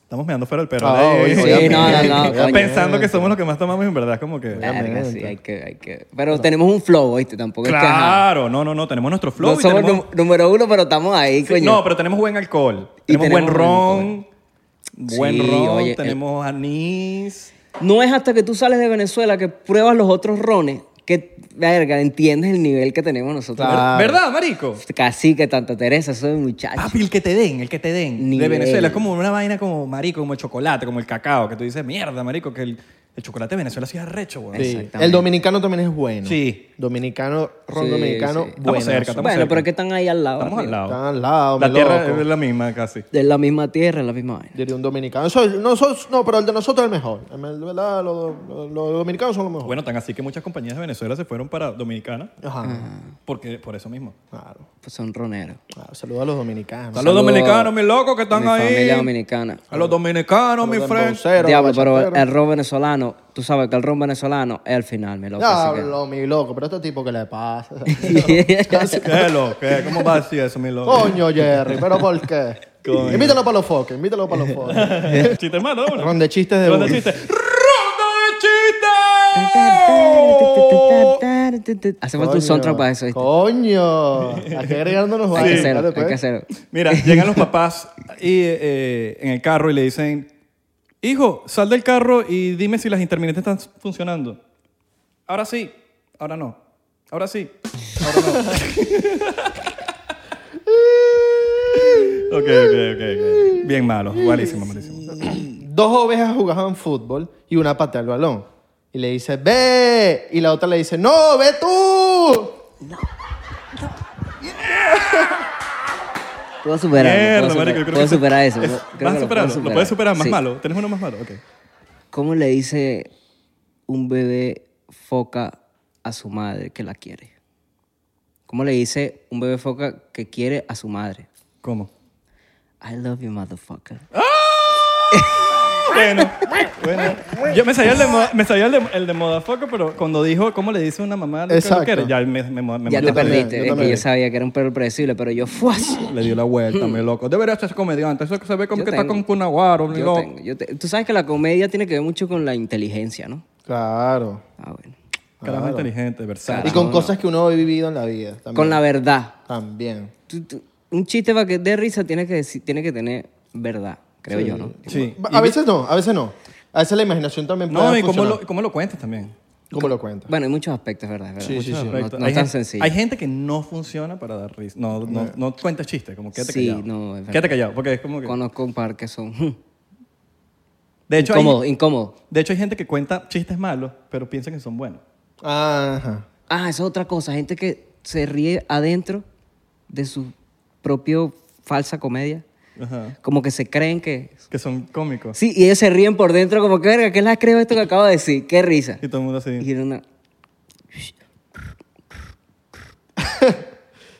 S2: Estamos meando fuera el perro.
S3: Ah,
S2: ahí,
S3: obvio,
S2: ahí,
S1: Sí,
S2: ahí,
S1: no,
S2: ahí,
S1: no, no,
S2: ahí,
S1: coño.
S2: Pensando que somos los que más tomamos y en verdad es como que.
S1: Verga, sí, hay que, hay que. Pero tenemos un flow, ¿viste? Tampoco es que. ajá.
S2: Claro, no, no, no. Tenemos nuestro flow.
S1: no
S2: y
S1: somos
S2: tenemos-
S1: num- número uno, pero estamos ahí,
S2: Sí,
S1: coño.
S2: no, pero tenemos buen alcohol.
S1: Y
S2: Tenemos, buen
S1: tenemos
S2: ron.
S1: buen
S2: Buen
S1: Sí,
S2: ron.
S1: oye, el-
S2: tenemos anís.
S1: No es hasta que tú sales de Venezuela que pruebas los otros rones que, verga, entiendes el nivel que tenemos nosotros.
S3: Claro. Ah.
S2: ¿Verdad, marico?
S1: Casi que tanta Teresa, soy muchacho.
S2: Papi, el que te den, el que te den. De
S1: Nivel.
S2: Venezuela. Es como una vaina como, marico, como el chocolate, como el cacao. Que tú dices, mierda, marico, que el, el chocolate de Venezuela sí es arrecho, weón.
S3: Sí.
S1: Exactamente.
S3: El dominicano también es bueno.
S2: Sí.
S3: Dominicano, ron
S1: Sí,
S3: dominicano,
S1: sí.
S3: bueno.
S2: Ah, Estamos cerca, estamos
S1: bueno,
S2: cerca.
S1: pero es que están ahí al lado.
S2: Estamos al
S1: arriba.
S2: lado.
S3: Están al lado,
S2: La
S3: mi
S2: tierra
S3: loco.
S2: es la misma casi.
S1: De la misma tierra, la misma vaina.
S3: Diría un dominicano. Eso es- no, eso es- no, pero el de nosotros es el mejor. En verdad, los, los- los dominicanos son los mejores.
S2: Bueno, tan así que muchas compañías de Venezuela se fueron para Dominicana
S3: Ajá.
S2: porque, por eso mismo.
S3: Claro.
S1: Pues son roneros.
S3: claro. Saludos a los dominicanos.
S2: Saludos
S1: Saludo
S2: dominicanos, mis locos que
S1: A
S2: están
S1: mi
S2: ahí.
S1: familia dominicana.
S2: A los dominicanos, mis
S3: Saludos al
S2: friends.
S3: bolsero,
S1: Diablo,
S3: al
S1: pero
S3: bachatero.
S1: el ron venezolano, tú sabes que el ron venezolano es el final, mi loco. así pues que-
S3: Diablo, mi loco, pero este tipo que le pasa.
S2: ¿Qué, lo, qué? ¿Cómo va a decir eso, mi loco?
S3: Coño, Jerry, ¿pero por qué?
S2: Coño.
S3: Invítalo para los foques, invítalo para los foques.
S2: Chiste, hermano, vámonos.
S3: Ron de chistes de
S2: Ronda
S3: uno.
S2: de chistes. ¡Ronda de chistes!
S1: Hacemos un soundtrack para eso, ¿viste?
S3: Coño, hay que agregándonos
S1: Hay que
S3: vainas,
S1: hacerlo,
S3: dale,
S1: hay
S3: pues.
S1: que hacerlo.
S2: Mira, llegan los papás y, eh, en el carro y le dicen, hijo, sal del carro y dime si las intermitentes están funcionando. Ahora sí, ahora no. Ahora sí, ahora no. ok, ok, ok. ok. Bien malo, malísimo, malísimo.
S3: Dos ovejas jugaban fútbol y una patea el balón. Y le dice, ve. Y la otra le dice, no, ve tú.
S1: Puedo superarlo.
S2: Mierda,
S1: puedo superar,
S2: marico, yo creo
S1: puedo
S2: que eso-
S1: superar eso.
S2: es-
S1: puedo- creo
S2: vas a
S1: que
S2: superarlo,
S1: puedo
S2: lo puedes superar, más
S1: Sí.
S2: malo. Tenés uno más malo, ok.
S1: ¿Cómo le dice un bebé foca a su madre que la quiere? ¿Cómo le dice un bebé foca que quiere a su madre?
S2: ¿Cómo?
S1: I love you, motherfucker.
S2: Bueno, bueno. Yo me sabía el de, mo- me sabía el de, el de Modafoco, pero cuando dijo, ¿cómo le dice una mamá? lo que lo
S3: Exacto.
S2: quiere? Ya me, me, me- me
S1: ya te
S2: mató.
S3: también,
S1: perdiste.
S3: yo
S1: es que
S3: también.
S1: yo sabía que era un perro predecible, pero yo fuas.
S2: Le dio la vuelta, me loco. Debería ser comediante. Eso que se ve como
S1: Yo
S2: que está
S1: tengo.
S2: con Cunaguaro, mi
S1: Yo
S2: loco.
S1: tengo- yo te- Tú sabes que la comedia tiene que ver mucho con la inteligencia, ¿no?
S3: Claro.
S1: Ah, bueno.
S2: Carajo inteligente, versátil.
S3: Y con cosas que uno ha vivido en la vida. También.
S1: Con la verdad.
S3: También.
S1: Tú- tú- un chiste para que dé risa tiene que, decir- tiene que tener verdad, creo yo, ¿no?
S2: Sí.
S3: A veces no, a veces no. A veces la imaginación también puede
S2: No, y cómo
S3: funcionar.
S2: lo, cómo lo cuentas también.
S3: ¿Cómo lo cuenta?
S1: Bueno, hay muchos aspectos, ¿verdad? Es verdad.
S3: Sí, sí, sí.
S1: No-
S2: Correcto.
S1: No,
S2: hay
S1: es tan
S2: gente,
S1: sencillo.
S2: Hay gente que no funciona para dar risa. No, no, no cuentas chistes, como quédate
S1: Sí,
S2: callado.
S1: no, es verdad.
S2: Quédate callado, porque es como que...
S1: Conozco un par que son hmm,
S2: De hecho,
S1: incómodos,
S2: hay,
S1: incómodos.
S2: de hecho, hay gente que cuenta chistes malos, pero piensa que son buenos.
S3: Ajá.
S1: Ah, eso es otra cosa. Gente que se ríe adentro de su propio falsa comedia.
S2: Ajá.
S1: Como que se creen que...
S2: Que son cómicos.
S1: Sí, y ellos se ríen por dentro como que, verga, ¿qué la creo esto que acabo de decir? Qué risa.
S2: Y todo el mundo así...
S1: Y era una...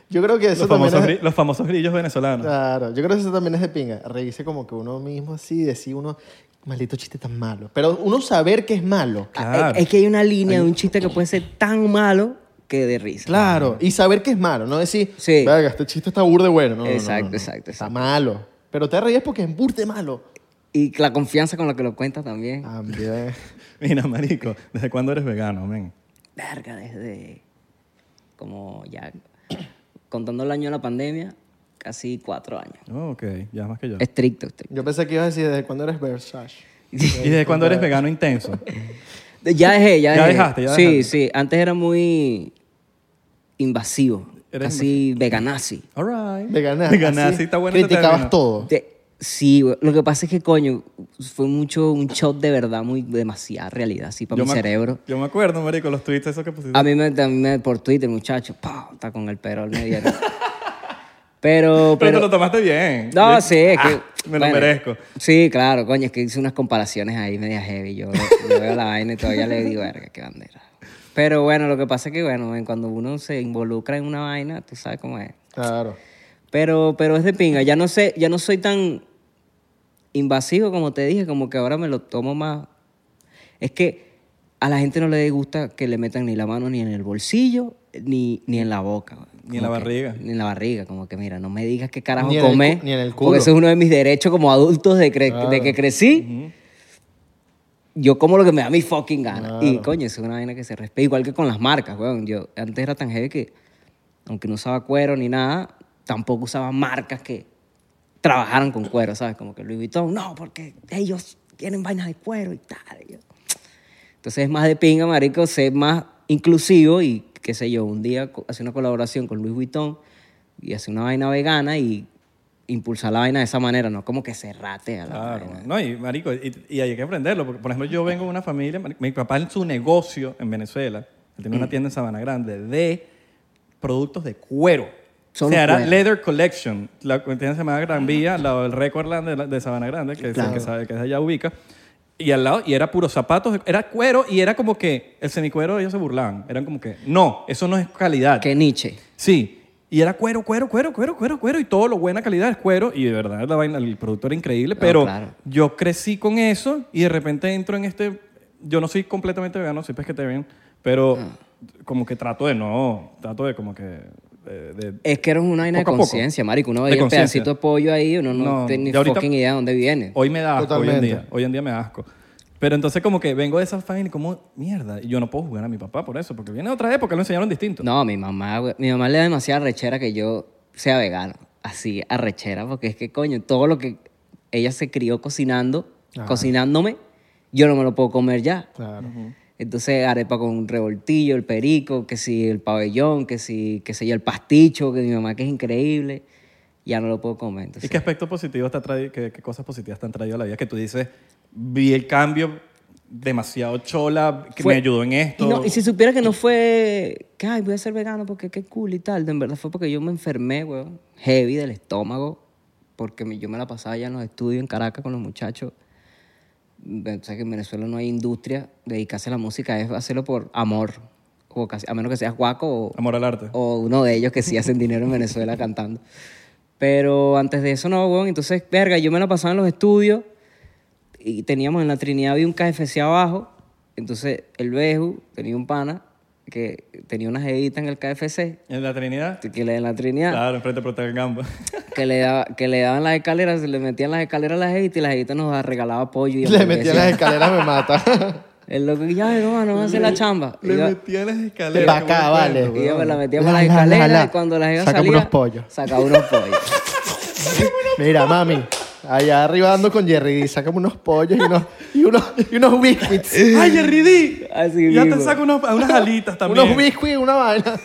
S3: Yo creo que eso
S2: Los
S3: también
S2: famosos,
S3: es...
S2: gri- los famosos grillos venezolanos.
S3: Claro, yo creo que eso también es de pinga. Reírse como que uno mismo así, decir uno, maldito chiste tan malo. Pero uno saber que es malo.
S1: Ah,
S2: Claro.
S1: Es, es que hay una línea de un chiste que puede ser tan malo que de risa.
S3: Claro, y saber que es malo, no decir,
S1: Sí.
S3: verga, este chiste está burde bueno. No, no, no,
S1: Exacto,
S3: no, no.
S1: exacto,
S3: Está
S1: exacto.
S3: malo. Pero te ríes porque es burde malo.
S1: Y la confianza con la que lo cuenta también.
S3: También.
S2: Mira, marico, ¿desde cuándo eres vegano, men?
S1: Verga, desde como ya contando el año de la pandemia, casi cuatro años.
S2: Oh, ok, ya más que yo.
S1: Estricto, estricto.
S3: Yo pensé que ibas a decir desde cuándo eres Versace.
S2: ¿Y desde cuándo eres vegano intenso?
S1: Ya dejé, ya
S2: Ya
S1: dejé.
S2: dejaste, ya
S1: sí,
S2: dejaste.
S1: sí. Antes era muy invasivo.
S2: Eres
S1: casi veganazi.
S2: All right.
S3: Veganazi.
S2: Veganazi, está bueno. ese
S3: Criticabas
S2: término.
S3: todo.
S1: Te- sí, güey. Lo que pasa es que, coño, fue mucho un shock de verdad, muy demasiada realidad, así para mi
S2: me ac-
S1: cerebro. Ah,
S2: Yo me acuerdo, marico, los tweets esos que pusiste.
S1: A mí me, a mí me- por Twitter, muchacho, pa, está con el perol me dieron. Pero,
S2: pero, te
S1: pero,
S2: lo tomaste bien.
S1: No,
S2: Yo-
S1: sí, es que.
S2: Ah, me lo
S1: bueno,
S2: merezco.
S1: Sí, claro, coño, es que hice unas comparaciones ahí media heavy. Yo, yo veo la vaina y todavía le digo, verga, qué bandera. Pero bueno, lo que pasa es que, bueno, ven, cuando uno se involucra en una vaina, tú sabes cómo es.
S3: Claro.
S1: Pero, pero es de pinga. Ya no sé, ya no soy tan invasivo como te dije, como que ahora me lo tomo más. Es que a la gente no le gusta que le metan ni la mano ni en el bolsillo, ni, ni en la boca. güey.
S2: Ni en la
S1: Como que-
S2: barriga.
S1: ni en la barriga, como que mira, no me digas qué carajo
S3: Ni en el
S1: comer.
S3: cu- ni en el culo.
S1: Porque eso es uno de mis derechos como adultos de, cre- de que crecí. Yo como lo que me da mi fucking gana. Y coño, eso es una vaina que se respeta. Igual que con las marcas, weón. Yo antes era tan heavy que, aunque no usaba cuero ni nada, tampoco usaba marcas que trabajaran con cuero, ¿sabes? Como que Louis Vuitton, no, porque ellos tienen vainas de cuero y tal. Y yo, entonces es más de pinga, marico, ser más inclusivo y qué sé yo, un día co- hacer una colaboración con Luis Vuitton y hacer una vaina vegana y impulsar la vaina de esa manera, no como que se rate a la
S2: Claro,
S1: vaina.
S2: no, y marico, y, y hay que aprenderlo, porque por ejemplo yo vengo de una familia, marico, mi papá en su negocio en Venezuela, él tiene
S1: Mm.
S2: una tienda en Sabana Grande de productos de cuero.
S1: Solo
S2: o sea, era
S1: cuero.
S2: Leather Collection, la tienda se llama Gran Vía, al lado del Record Land de, la- de Sabana Grande, que, es- que, sabe- que es allá ubica, y al lado, y era puro zapatos, era cuero, y era como que el semicuero ellos se burlaban, eran como que, no, eso no es calidad.
S1: Que Nietzsche.
S2: Sí. Y era cuero, cuero, cuero, cuero, cuero, cuero. Y todo lo buena calidad es cuero. Y de verdad, la vaina, el producto era increíble.
S1: No,
S2: pero
S1: claro.
S2: yo crecí con eso y de repente entro en este... Yo no soy completamente vegano, pues, soy pesquetarian, pero
S1: Ah.
S2: como que trato de no... Trato de como que... De, de-
S1: Es que era una vaina
S2: Poco a
S1: de
S2: poco.
S1: conciencia, marico. Uno
S2: De
S1: veía el
S2: conciencia.
S1: pedacito de pollo ahí, uno no,
S2: No,
S1: tiene ni
S2: ya ahorita-
S1: fucking idea de dónde viene.
S2: Hoy me da asco, hoy
S3: Totalmente.
S2: en día. Hoy en día me da asco. Pero entonces como que vengo de esa familia y como, mierda, y yo no puedo jugar a mi papá por eso, porque viene de otra época, lo enseñaron distinto.
S1: No, mi mamá, güey, mi mamá le da demasiada rechera que yo sea vegano. Así, arrechera, porque es que, coño, todo lo que ella se crió cocinando, cocinándome, yo no me lo puedo comer ya.
S3: Claro.
S1: Entonces, arepa con un revoltillo, el perico, que si el pabellón, que si, que sé yo, el pasticho, que mi mamá que es increíble, ya no lo puedo comer.
S2: ¿Y
S1: Entonces,
S2: qué aspecto positivo está traído, qué, qué cosas positivas te han traído a la vida que tú dices, vi el cambio demasiado chola que
S1: Fue-
S2: me ayudó en esto.
S1: Y, no, y si supiera que no fue que ay, voy a ser vegano porque qué cool y tal, en verdad fue porque yo me enfermé, weón, heavy del estómago, porque me- yo me la pasaba ya en los estudios en Caracas con los muchachos. Ve- O sea, que en Venezuela no hay industria, dedicarse a la música es hacerlo por amor, o casi- a menos que seas guaco o,
S2: Amor al arte.
S1: o uno de ellos que sí hacen dinero en Venezuela cantando. Pero antes de eso no, weón. Entonces, verga, yo me la pasaba en los estudios y teníamos en la Trinidad había un KFC abajo. Entonces, el Beju tenía un pana que tenía una jevita en el KFC,
S2: En la Trinidad.
S1: que le en la Trinidad,
S2: Claro, enfrente de Protegamba.
S1: que, le daba- que le daban las escaleras, se le metían las escaleras a la jevita y la jevita nos regalaba pollo y
S3: Le metí en las escaleras, me mata.
S1: El loco, ya, hermano, vamos a hacer la chamba. Y yo-
S2: metí en las escaleras.
S3: Para acá, vale.
S1: Y yo me la metía por
S3: La,
S1: las
S3: la, la,
S1: escaleras
S3: la.
S1: y cuando la jeva
S3: Saca
S1: salía...
S3: unos pollos.
S1: Sacaba unos pollos.
S3: Mira, mami. Allá arriba ando con Jerry, sacamos unos pollos y unos, y unos, y unos biscuits.
S2: ¡Ay, Jerry D!
S1: Así
S2: ya
S1: mismo.
S2: te saco unos- unas alitas también.
S3: Unos biscuits y una vaina.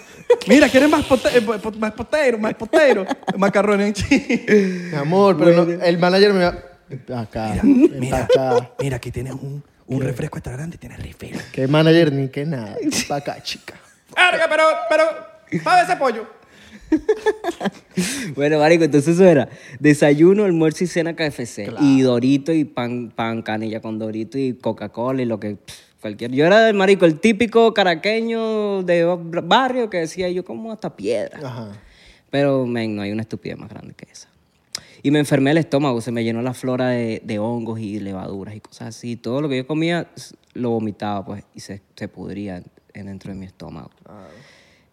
S2: Mira, ¿quieren más, pote- eh, po- po- más potero? Más potero. Macarrones en chile.
S3: Mi amor, pero no- el manager me va. "Ven pa' Acá, ven pa'
S1: Ah.
S3: acá.
S2: Mira, aquí tienes un, un refresco extra grande y tienes refill.
S3: Que manager ni que nada. Ven pa' acá, chica.
S2: ¡Verga, pero, pero! ¡Paga ese pollo!
S1: Bueno, marico, entonces eso era desayuno, almuerzo y cena KFC. Y dorito y pan, pan canilla con dorito y Coca-Cola y lo que... pff, cualquier. Yo era, marico, el típico caraqueño de barrio que decía yo como hasta piedra.
S3: Ajá.
S1: Pero, men, no hay una estupidez más grande que esa. Y me enfermé el estómago, se me llenó la flora de, de hongos y levaduras y cosas así. Todo lo que yo comía s- lo vomitaba, pues, y se, se pudría en- en dentro de mi estómago.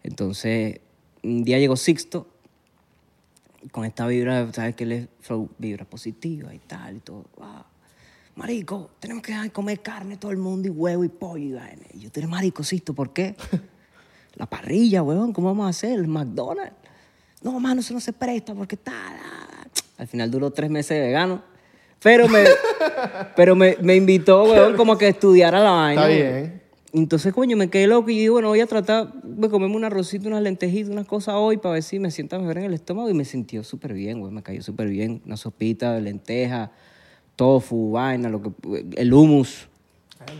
S1: Entonces, un día llegó Sixto con esta vibra, ¿sabes qué? Él es flow, vibra positiva y tal y todo. Ah, Marico, tenemos que dejar de comer carne todo el mundo y huevo y pollo y vaina. Y yo, "Tú eres marico, Sixto, ¿por qué? La parrilla, huevón, ¿cómo vamos a hacer? El McDonald's. No, mano, eso no se presta porque está... Al final duró tres meses de vegano. Pero me, pero me, me invitó, huevón, como que estudiara la vaina.
S3: Está
S1: huevón.
S3: bien.
S1: Entonces, coño, me quedé loco y digo, bueno, voy a tratar de comerme un arrocito, unas lentejitas, unas cosas hoy para ver si me sienta mejor en el estómago. Y me sintió súper bien, güey, me cayó súper bien. Una sopita de lenteja, tofu, vaina, lo que, el hummus.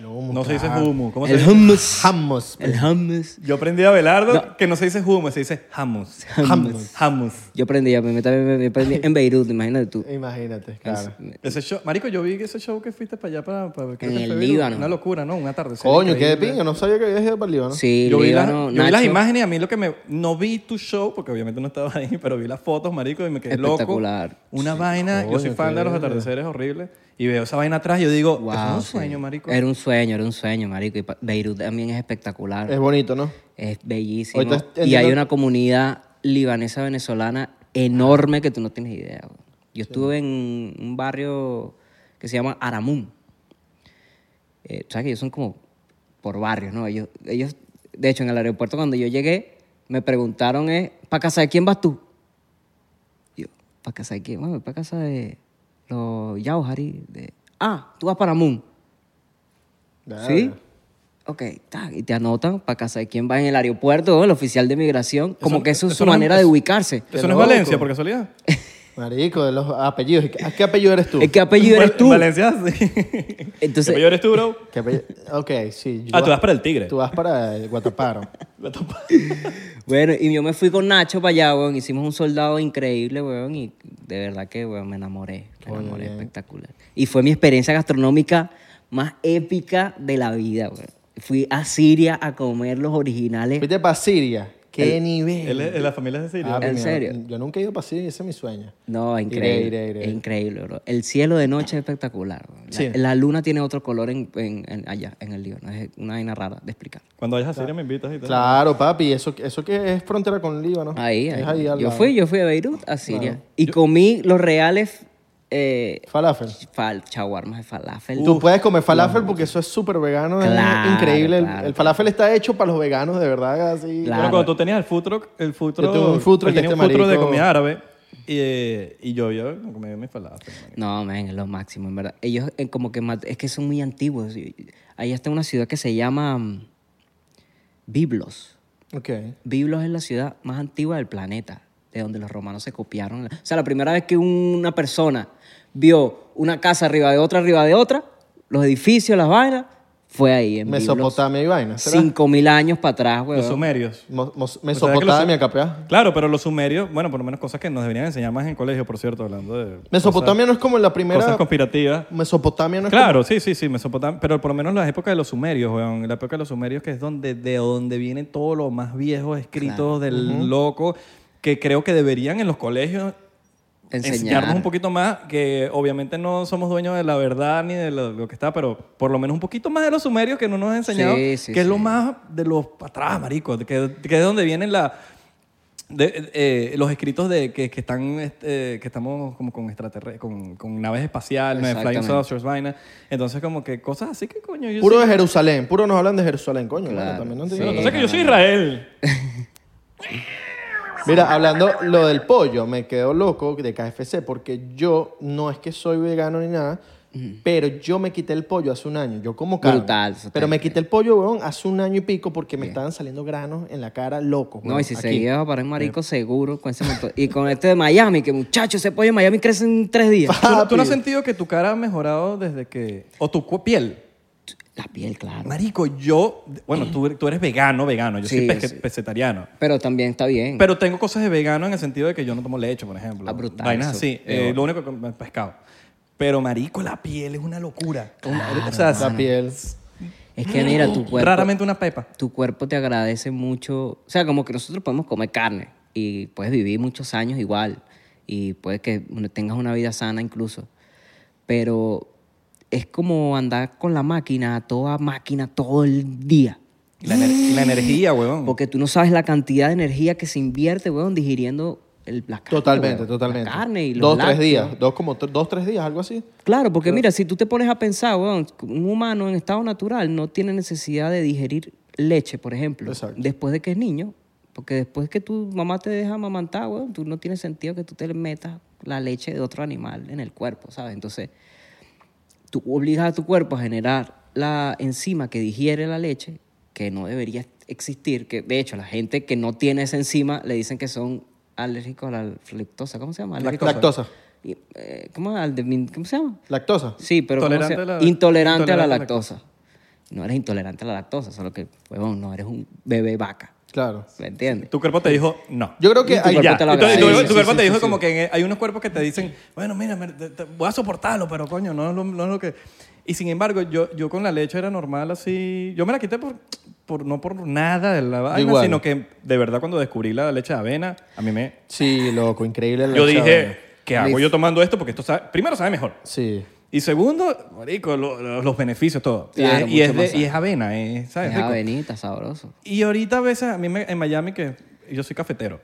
S2: No se dice humo. ¿Cómo se
S1: El
S2: dice?
S1: hummus.
S3: Jamos.
S1: El hummus.
S2: Yo aprendí a Belardo que no se dice humo, se dice hummus.
S1: Hummus.
S2: Hummus.
S1: Yo aprendí, ya me, también me, me aprendí en Beirut, imagínate tú.
S3: Imagínate, claro.
S2: Ese show, marico, yo vi que ese show que fuiste para allá para, para creo
S1: En
S2: que
S1: el
S2: fue Beirut.
S1: Líbano.
S2: Una locura, ¿no? Una tarde.
S3: Coño, qué de pinga. No sabía que habías ido para el Líbano.
S1: Sí,
S2: Yo, vi, la-
S1: Líbano,
S2: yo vi las
S1: Nacho,
S2: imágenes y a mí lo que me... No vi tu show, porque obviamente no estaba ahí, pero vi las fotos, marico, y me quedé loco.
S1: Espectacular.
S2: Una vaina. yo soy fan de los atardeceres horribles. Y veo esa vaina atrás y yo digo,
S1: wow,
S2: eso es un
S1: sí.
S2: sueño, marico.
S1: Era un sueño, era un sueño, marico. Y pa- Beirut también es espectacular.
S3: Es bonito, ¿no?
S1: Es bellísimo.
S3: Ahorita est-
S1: Y hay
S3: entiendo-
S1: una comunidad libanesa venezolana enorme que tú no tienes idea. bro. Yo estuve en un barrio que se llama Aramún. Eh, ¿Sabes que ellos son como por barrios, no? Ellos, ellos, de hecho, en el aeropuerto cuando yo llegué, me preguntaron, ¿para casa de quién vas tú? Y yo, ¿para casa de quién? Bueno, para casa de los Yauhari. De... Ah, tú vas para Aramún. ¿Sí? Ok, ta, y te anotan para casa de quién va en el aeropuerto, ¿no? el oficial de migración. Como que eso es
S2: eso
S1: su
S2: no es-
S1: manera de ubicarse.
S2: Eso no es
S3: loco.
S2: Valencia, por casualidad.
S3: Marico, de los apellidos. ¿A qué apellido eres tú?
S1: ¿El ¿Qué apellido eres tú?
S2: Val- Valencia, sí.
S1: Entonces-
S2: ¿Qué apellido eres tú, bro?
S3: ¿Qué apellido? Ok, sí. yo-
S2: Ah, tú vas para el Tigre.
S3: Tú vas para el Guataparo.
S2: La topa-
S1: Bueno, y yo me fui con Nacho para allá, weón. Hicimos un soldado increíble, weón. Y de verdad que, weón, me enamoré. Me enamoré espectacular. Y fue mi experiencia gastronómica más épica de la vida, weón. Fui a Siria a comer los originales.
S3: Vete para Siria. ¡Qué nivel!
S2: Él es- la familia es de Siria.
S3: Ah,
S1: ¿En
S3: mira,
S1: serio?
S3: Yo nunca he ido para Siria, ese es mi sueño.
S1: No, increíble.
S3: iré, iré.
S1: Es increíble, bro. El cielo de noche es espectacular. bro. La,
S2: Sí.
S1: la luna tiene otro color en, en- en- allá, en el Líbano. Es una vaina rara de explicar.
S2: Cuando vayas a Siria me invitas y tal.
S3: Claro, papi, eso, eso que es frontera con Líbano.
S1: Ahí,
S3: es
S1: ahí.
S3: ahí al
S1: yo
S3: lado.
S1: fui, yo fui a Beirut, a Siria. Y comí los reales eh,
S3: Falafel.
S1: fal, chaguarmas de falafel.
S3: Tú puedes comer falafel porque eso es súper vegano,
S1: Claro,
S3: es increíble. El-
S1: claro.
S3: el, falafel está hecho para los veganos, de verdad, así.
S1: Claro.
S2: Bueno, cuando tú tenías el food truck, el food
S3: Yo
S2: truck,
S3: tengo un food truck
S2: él tenía
S3: y
S2: un
S3: este
S2: food truck de
S3: marico-
S2: comida árabe y, eh, y yo yo me comí mis falafel. marico.
S1: No, men, es lo máximo, en verdad. Ellos eh, como que mat- es que son muy antiguos. Y- y- Ahí está una ciudad que se llama mm, Biblos.
S3: Ok.
S1: Biblos es la ciudad más antigua del planeta, de donde los romanos se copiaron. O sea, la primera vez que una persona vio una casa arriba de otra, arriba de otra, los edificios, las vainas, fue ahí en
S3: Mesopotamia y vainas. ¿será?
S1: 5000 años para atrás,
S2: Los
S1: weón.
S2: sumerios.
S3: Mos- mos-
S2: O sea, que los-
S3: Mesopotamia, capea.
S2: Claro, pero los sumerios, bueno, por lo menos cosas que nos deberían enseñar más en el colegio, por cierto, hablando de...
S3: Mesopotamia no es como la
S2: Cosas, cosas
S3: primera.
S2: conspirativas.
S3: Mesopotamia no es
S2: Claro, sí, sí, sí, Mesopotamia. Pero por lo menos las épocas de los sumerios, weón. La época de los sumerios que es donde, de donde vienen todos los más viejos escritos del loco, que creo que deberían en los colegios enseñarnos un poquito más, que obviamente no somos dueños de la verdad ni de lo, lo que está, pero por lo menos un poquito más de los sumerios que no nos han enseñado,
S1: Sí, sí,
S2: que es lo
S1: sí.
S2: más de los pa' atrás, marico, de que, que es donde vienen la, de, eh, los escritos de que, que están este, que estamos como con extraterrestres, con, con naves espaciales, naves flying
S1: Exactamente.
S2: saucers, vaina. Entonces como que cosas así que coño yo
S3: como- Puro
S2: soy-
S3: de Jerusalén. Puro nos hablan de Jerusalén, coño. vale,
S1: Claro,
S3: también no te
S1: sí.
S3: digo.
S2: O sea que yo soy Israel.
S3: Mira, hablando lo del pollo, me quedo loco de KFC porque yo no es que soy vegano ni nada, pero yo me quité el pollo hace un año. Yo como carne.
S1: Brutal, eso
S3: Pero
S1: te-
S3: me quité el pollo, weón, hace un año y pico porque me estaban saliendo granos en la cara, loco.
S1: No,
S3: weón,
S1: y si se
S3: aquí.
S1: lleva para un marico seguro con ese montón. Y con este de Miami, que muchacho, ese pollo de Miami crece en tres días.
S2: ¿Tú, no- tú no has
S3: Papi.
S2: sentido que tu cara ha mejorado desde que... O tu cu- piel.
S1: La piel, claro.
S2: Marico, yo... Bueno, tú, tú eres vegano, vegano. Yo
S1: Sí,
S2: soy pesque-
S1: sí.
S2: pescetariano.
S1: Pero también está bien.
S2: Pero tengo cosas de vegano en el sentido de que yo no tomo leche, por ejemplo.
S1: Ah, brutal,
S2: Vainas
S1: eso.
S2: así.
S1: Peor.
S2: Eh, lo único que como es pescado. Pero, marico, la piel es una locura. o sea,
S3: La piel.
S1: es que mira, tu cuerpo,
S2: raramente una pepa.
S1: tu cuerpo te agradece mucho. O sea, como que nosotros podemos comer carne y puedes vivir muchos años igual. Y puede que uno- tengas una vida sana incluso. Pero es como andar con la máquina, a toda máquina, todo el día.
S2: Y La, ener- y la energía, weón.
S1: Porque tú no sabes la cantidad de energía que se invierte, weón, digiriendo el, la carne.
S3: Totalmente,
S1: weón.
S3: totalmente.
S1: La carne y los
S3: Dos, tres
S1: lácteos.
S3: días. Dos, como tre- dos, tres días, algo así.
S1: Claro, porque mira, si tú te pones a pensar, weón, un humano en estado natural no tiene necesidad de digerir leche, por ejemplo,
S3: Exacto.
S1: después de que es niño. Porque después que tu mamá te deja amamantar, weón, tú no tiene sentido que tú te metas la leche de otro animal en el cuerpo, ¿sabes? Entonces, tú obligas a tu cuerpo a generar la enzima que digiere la leche, que no debería existir, que de hecho la gente que no tiene esa enzima le dicen que son alérgicos a la fructosa, ¿cómo se llama? Alérgicos.
S3: Lactosa.
S1: Y, eh, ¿Cómo, al de- ¿Cómo se llama?
S3: Lactosa.
S1: Sí, pero ¿cómo
S2: Tolerante
S1: se-
S2: a la-
S1: intolerante a la
S2: intolerante a la
S1: lactosa. No eres intolerante a la lactosa, solo que, huevón, no eres un bebé vaca.
S3: Claro.
S1: ¿Me entiendes?
S2: Tu cuerpo te dijo no.
S3: Yo creo que
S1: Y tu
S3: hay-
S1: cuerpo
S2: Ya.
S1: te lo
S2: Entonces, tu,
S1: agradece.
S2: tu cuerpo
S3: Sí,
S2: te
S3: sí,
S2: dijo
S3: sí,
S2: como
S3: sí.
S2: que en- hay unos cuerpos que te dicen, bueno, mira, me- te- te- voy a soportarlo, pero coño, no es lo, no es lo que... Y sin embargo, yo, yo con la leche era normal así... Yo me la quité por, por no por nada de la vaina,
S3: Igual.
S2: sino que de verdad cuando descubrí la leche de avena, a mí me...
S3: Sí, loco, increíble. la
S2: Yo
S3: leche de avena.
S2: dije, ¿qué hago yo tomando esto? Porque esto sabe- primero sabe mejor.
S3: Sí.
S2: Y segundo, marico, lo- lo- los beneficios, todo. Y
S1: Claro,
S2: es- y, es,
S1: mucho más
S2: de- y
S1: sano.
S2: es avena, eh, ¿sabes?
S1: Es
S2: Rico.
S1: avenita, sabroso.
S2: Y ahorita a veces, a mí me- en Miami, que yo soy cafetero.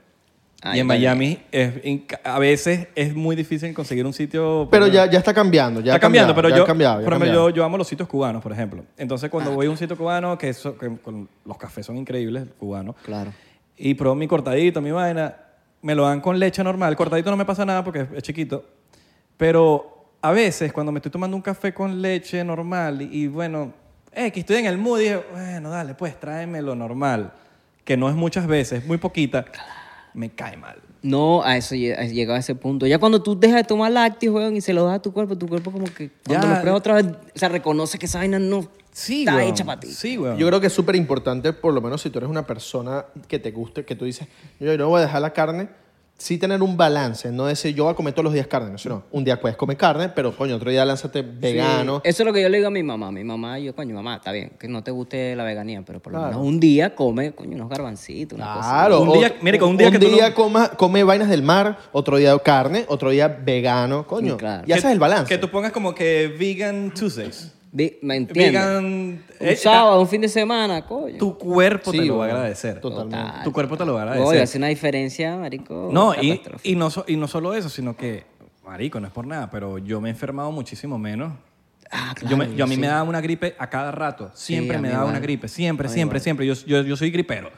S1: Ah,
S2: y
S1: yo también.
S2: en Miami es inca- a veces es muy difícil conseguir un sitio.
S3: Pero
S2: por-
S3: ya, ya está cambiando. Ya
S2: está
S3: ha
S2: cambiando,
S3: cambiado,
S2: pero
S3: ya
S2: yo,
S3: ha cambiado, ya ha
S2: por ejemplo,
S3: cambiado. Ah,
S2: yo, yo amo los sitios cubanos, por ejemplo. Entonces, cuando voy a un sitio cubano, que, eso- que con- los cafés son increíbles, cubanos,
S1: Claro.
S2: y pruebo mi cortadito, mi vaina, me lo dan con leche normal. El cortadito no me pasa nada porque es- es chiquito, pero a veces cuando me estoy tomando un café con leche normal y, y bueno, eh, que estoy en el mood, dije, bueno, dale, pues tráeme lo normal, que no es muchas veces, muy poquita, me cae mal.
S1: No, a eso lle- has llegado a ese punto. Ya cuando tú dejas de tomar lácteos, huevón, y se lo das a tu cuerpo, tu cuerpo como que cuando
S2: Ya.
S1: lo pruebas otra vez, o sea, reconoce que esa vaina no está
S2: weón.
S1: hecha para ti.
S2: Sí, weón.
S3: Yo creo que es súper importante, por lo menos si tú eres una persona que te guste, que tú dices, yo no voy a dejar la carne, sí tener un balance, no decir yo voy a comer todos los días carne, no, sino un día puedes comer carne, pero coño, otro día lánzate vegano.
S1: Eso es lo que yo le digo a mi mamá. Mi mamá, yo, coño, mamá, está bien, que no te guste la veganía, pero por lo
S3: Claro.
S1: menos un día come, coño, unos garbancitos, una cosa.
S3: Claro,
S2: Un día-
S3: otro-
S2: mire, con un día que tú no-
S3: coma- come vainas del mar, otro día carne, otro día vegano, coño.
S1: Sí, claro.
S3: Y haces el balance.
S2: Que tú pongas como que vegan Tuesdays.
S1: Vi- ¿Me entiendes?
S2: Vegan...
S1: Un
S2: eh,
S1: sábado, un fin de semana, coño.
S2: Tu cuerpo
S3: Sí,
S2: te lo va a
S3: weón.
S2: agradecer.
S3: Totalmente.
S1: Total.
S2: Tu cuerpo te lo va a
S1: Oye, hace
S2: agradecer.
S1: una diferencia, marico.
S2: No, y,
S1: catastrófica.
S2: y no so- y no solo eso, sino que, marico, no es por nada, pero yo me he enfermado muchísimo menos.
S1: Ah,
S2: yo
S1: claro,
S2: me- yo a mí
S1: sí.
S2: me daba una gripe a cada rato. Siempre
S1: a
S2: me
S1: mí
S2: daba una
S1: igual.
S2: gripe. Siempre, siempre, siempre. Yo, yo, yo soy gripero.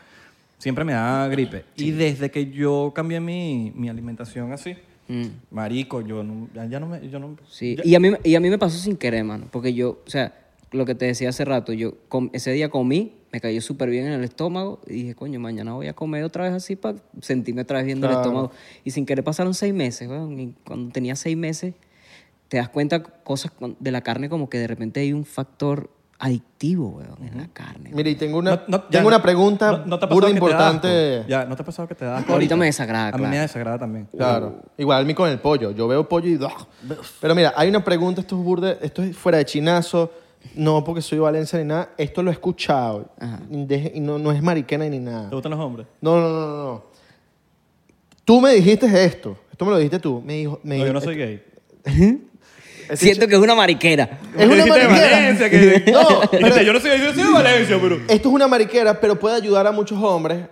S2: Siempre me daba gripe. Y desde que yo cambié mi, mi alimentación así,
S1: Mm.
S2: marico, yo no, ya, ya no me... Yo no,
S1: Sí, y a, mí, y a mí me pasó sin querer, mano. Porque yo, o sea, lo que te decía hace rato, yo com- ese día comí, me cayó súper bien en el estómago y dije, coño, mañana voy a comer otra vez así para sentirme otra vez viendo el
S3: Claro.
S1: estómago. Y sin querer pasaron seis meses, weón. Y cuando tenía seis meses, te das cuenta cosas con- de la carne como que de repente hay un factor adictivo, weón, en la carne.
S3: Mira, y tengo una,
S2: No- no- ya
S3: tengo
S2: no-
S3: una pregunta
S2: no- no te ha pasado
S3: burda
S2: que te da asco.
S3: importante.
S2: Ya, no te ha pasado que te da asco.
S1: Ahorita me desagrada,
S2: A mí
S1: claro.
S2: me desagrada también.
S3: Claro. Igual a mí con el pollo. Yo veo pollo y. ¡ah! Pero mira, hay una pregunta, esto es burde, esto es fuera de chinazo. No porque soy Valencia ni nada. Esto lo he escuchado. Deje- y no, no es mariquena ni nada.
S2: ¿Te gustan los hombres?
S3: No, no, no, no, no. Tú me dijiste esto. Esto me lo dijiste tú. Me dijo. Me
S2: No, yo
S3: dijo-
S2: no soy gay.
S3: ese
S1: Siento que es una mariquera.
S3: Es una
S2: Dijiste de
S3: mariquera.
S2: Valencia, que-
S3: No,
S2: Dijiste, yo no soy gay, yo soy de Valencia, pero...
S3: Esto es una mariquera, pero puede ayudar a muchos hombres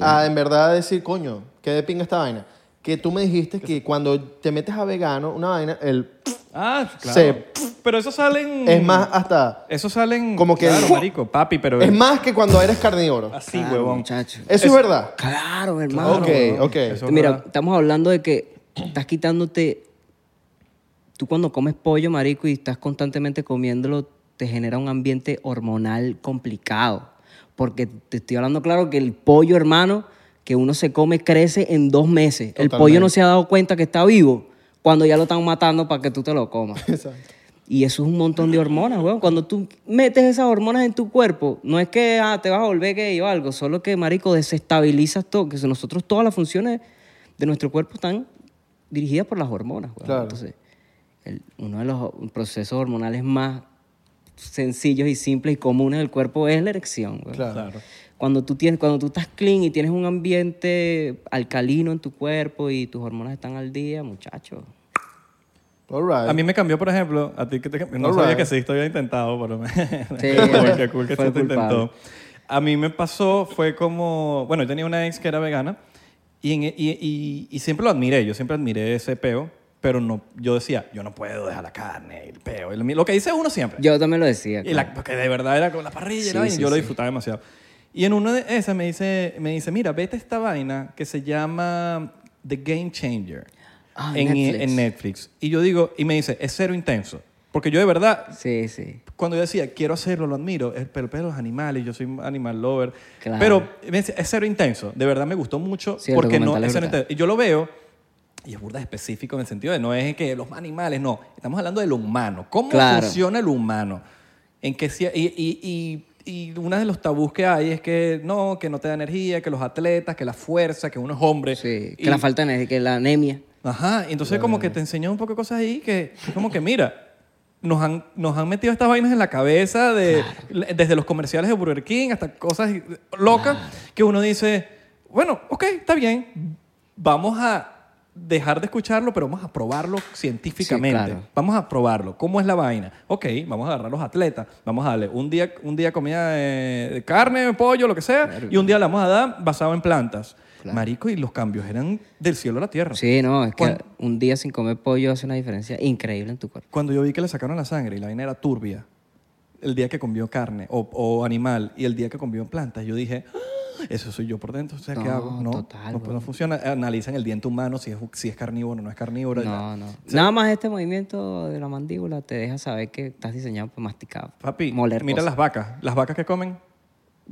S3: a en verdad decir, coño, qué de pinga esta vaina. Que tú me dijiste que cuando te metes a vegano, una vaina, el
S2: Ah, claro.
S3: Se-
S2: Pero eso salen...
S3: es más hasta.
S2: Eso salen...
S3: Como que-
S2: Claro, marico, papi, pero...
S3: Es más que cuando eres carnívoro. Eso
S2: Así,
S1: Claro,
S2: huevón.
S1: Ah, muchacho.
S3: es verdad.
S1: Claro, hermano.
S3: Ok,
S2: huevón.
S3: ok.
S2: Eso es
S1: Mira,
S2: verdad.
S1: estamos hablando de que estás quitándote. Tú cuando comes pollo, marico, y estás constantemente comiéndolo, te genera un ambiente hormonal complicado. Porque te estoy hablando claro que el pollo, hermano, que uno se come, crece en dos meses. El pollo no se ha dado cuenta que está vivo cuando ya lo están matando para que tú te lo comas.
S3: Exacto.
S1: Y eso es un montón de hormonas, weón. Cuando tú metes esas hormonas en tu cuerpo, no es que ah, te vas a volver gay o algo, solo que, marico, desestabilizas todo. Que nosotros todas las funciones de nuestro cuerpo están dirigidas por las hormonas, weón.
S3: Claro.
S1: Entonces, el- uno de los procesos hormonales más sencillos y simples y comunes del cuerpo es la erección, weón.
S3: Claro.
S2: Claro.
S1: Cuando tú, tienes, cuando tú estás clean y tienes un ambiente alcalino en tu cuerpo y tus hormonas están al día, muchacho.
S3: All right.
S2: A mí me cambió, por ejemplo, a ti que te cambió. No
S3: Alright.
S2: sabía que sí, te había intentado, por lo menos.
S1: Sí.
S3: eh,
S2: Cool, qué cool que
S1: Fue
S2: sí te
S1: culpable.
S2: intentó. A mí me pasó, fue como. Bueno, yo tenía una ex que era vegana y, en- e, y- y- y siempre lo admiré, yo siempre admiré ese peo, pero no, yo decía, yo no puedo dejar la carne, el peo. el- lo que dice uno siempre.
S1: Yo también lo decía.
S2: Y la, porque de verdad era con la parrilla, y
S1: Sí,
S2: la vaina,
S1: sí,
S2: y yo lo
S1: sí.
S2: disfrutaba demasiado. Y en una de esas me dice, me dice, mira, vete esta vaina que se llama The Game Changer
S1: Ah,
S2: en
S1: Netflix.
S2: en Netflix. Y yo digo, y me dice, es cero intenso. Porque yo de verdad,
S1: Sí, sí.
S2: cuando yo decía, quiero hacerlo, lo admiro, es pero, pero los animales, yo soy un animal lover.
S1: Claro.
S2: Pero me dice, es cero intenso. De verdad me gustó mucho
S1: Sí, el
S2: porque no
S1: documental es
S2: es cero
S1: brutal.
S2: intenso. Y yo lo veo y es burda específico en el sentido de no es que los animales, no. Estamos hablando del humano. ¿Cómo
S1: Claro.
S2: funciona el humano? En que si, y, y, y, y uno de los tabús que hay es que no, que no te da energía, que los atletas, que la fuerza, que uno es hombre.
S1: Sí, que
S2: Y-
S1: la falta de energía, que la anemia.
S2: Ajá, y entonces como que te enseñó un poco de cosas ahí que es como que mira, nos han, nos han metido estas vainas en la cabeza de, le- desde los comerciales de Burger King hasta cosas locas que uno dice, bueno, ok, está bien, vamos a dejar de escucharlo, pero vamos a probarlo científicamente.
S1: claro.
S2: Vamos a probarlo. ¿Cómo es la vaina? Ok, vamos a agarrar los atletas. Vamos a darle un día, un día comida eh, de, de carne, pollo, lo que sea, y un día la vamos a dar basado en plantas. Marico, y los cambios eran del cielo a la tierra.
S1: Sí, no, es que
S2: Cuan-
S1: un día sin comer pollo hace una diferencia increíble en tu cuerpo.
S2: Cuando yo vi que le sacaron la sangre y la vaina era turbia, el día que comió carne o, o animal y el día que comió plantas, yo dije, "Ah, eso soy yo por dentro, o sea, ¿qué
S1: No,
S2: hago? No,
S1: total,
S2: no,
S1: weón.
S2: no funciona. Analizan el diente humano, si es, si es carnívoro, no es carnívoro.
S1: No, no. Nada más este movimiento de la mandíbula te deja saber que estás diseñado para masticar.
S2: Papi,
S1: moler
S2: mira
S1: cosas.
S2: las vacas. Las vacas que comen,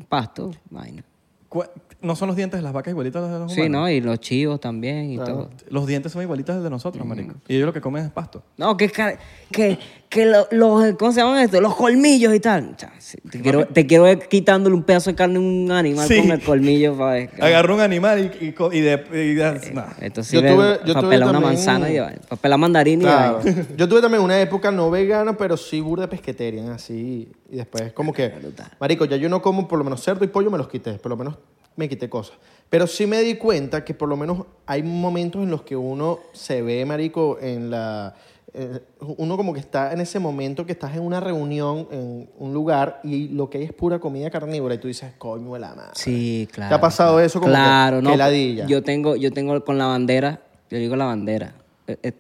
S1: Pasto, vaina.
S2: cua- ¿no son los dientes de las vacas igualitos a los de los
S1: Sí,
S2: humanos?
S1: ¿no? Y los chivos también y todo.
S2: Los dientes son igualitos a los de nosotros,
S1: Mm.
S2: marico. Y ellos lo que comen es pasto.
S1: No, que, ca- que, que lo- los, ¿cómo se llaman esto? Los colmillos y tal. O sea, sí, te, quiero, te quiero ver quitándole un pedazo de carne a un animal
S2: Sí.
S1: con el colmillo para ver.
S2: Agarra un animal y, y co- y de... y
S1: Eh,
S2: de- nah.
S1: Esto
S3: Yo
S1: sirve
S3: tuve- yo
S1: para
S3: tuve
S1: pelar una
S3: también-
S1: manzana y vaina, para pelar mandarina y
S3: Claro.
S1: vaina.
S3: Yo tuve también una época no vegana, pero sí burda pesquetería, así. Y después, como que, marico, ya yo no como por lo menos cerdo y pollo, me los quité, por lo menos me quité cosas. Pero sí me di cuenta que por lo menos hay momentos en los que uno se ve, marico, en la. eh, uno como que está en ese momento que estás en una reunión, en un lugar, y lo que hay es pura comida carnívora, y tú dices, coño de la madre.
S1: Sí, claro.
S3: ha pasado eso como que-
S1: claro, no,
S3: que ladilla?
S1: Yo tengo, yo tengo con la bandera, yo digo la bandera. Eh, eh,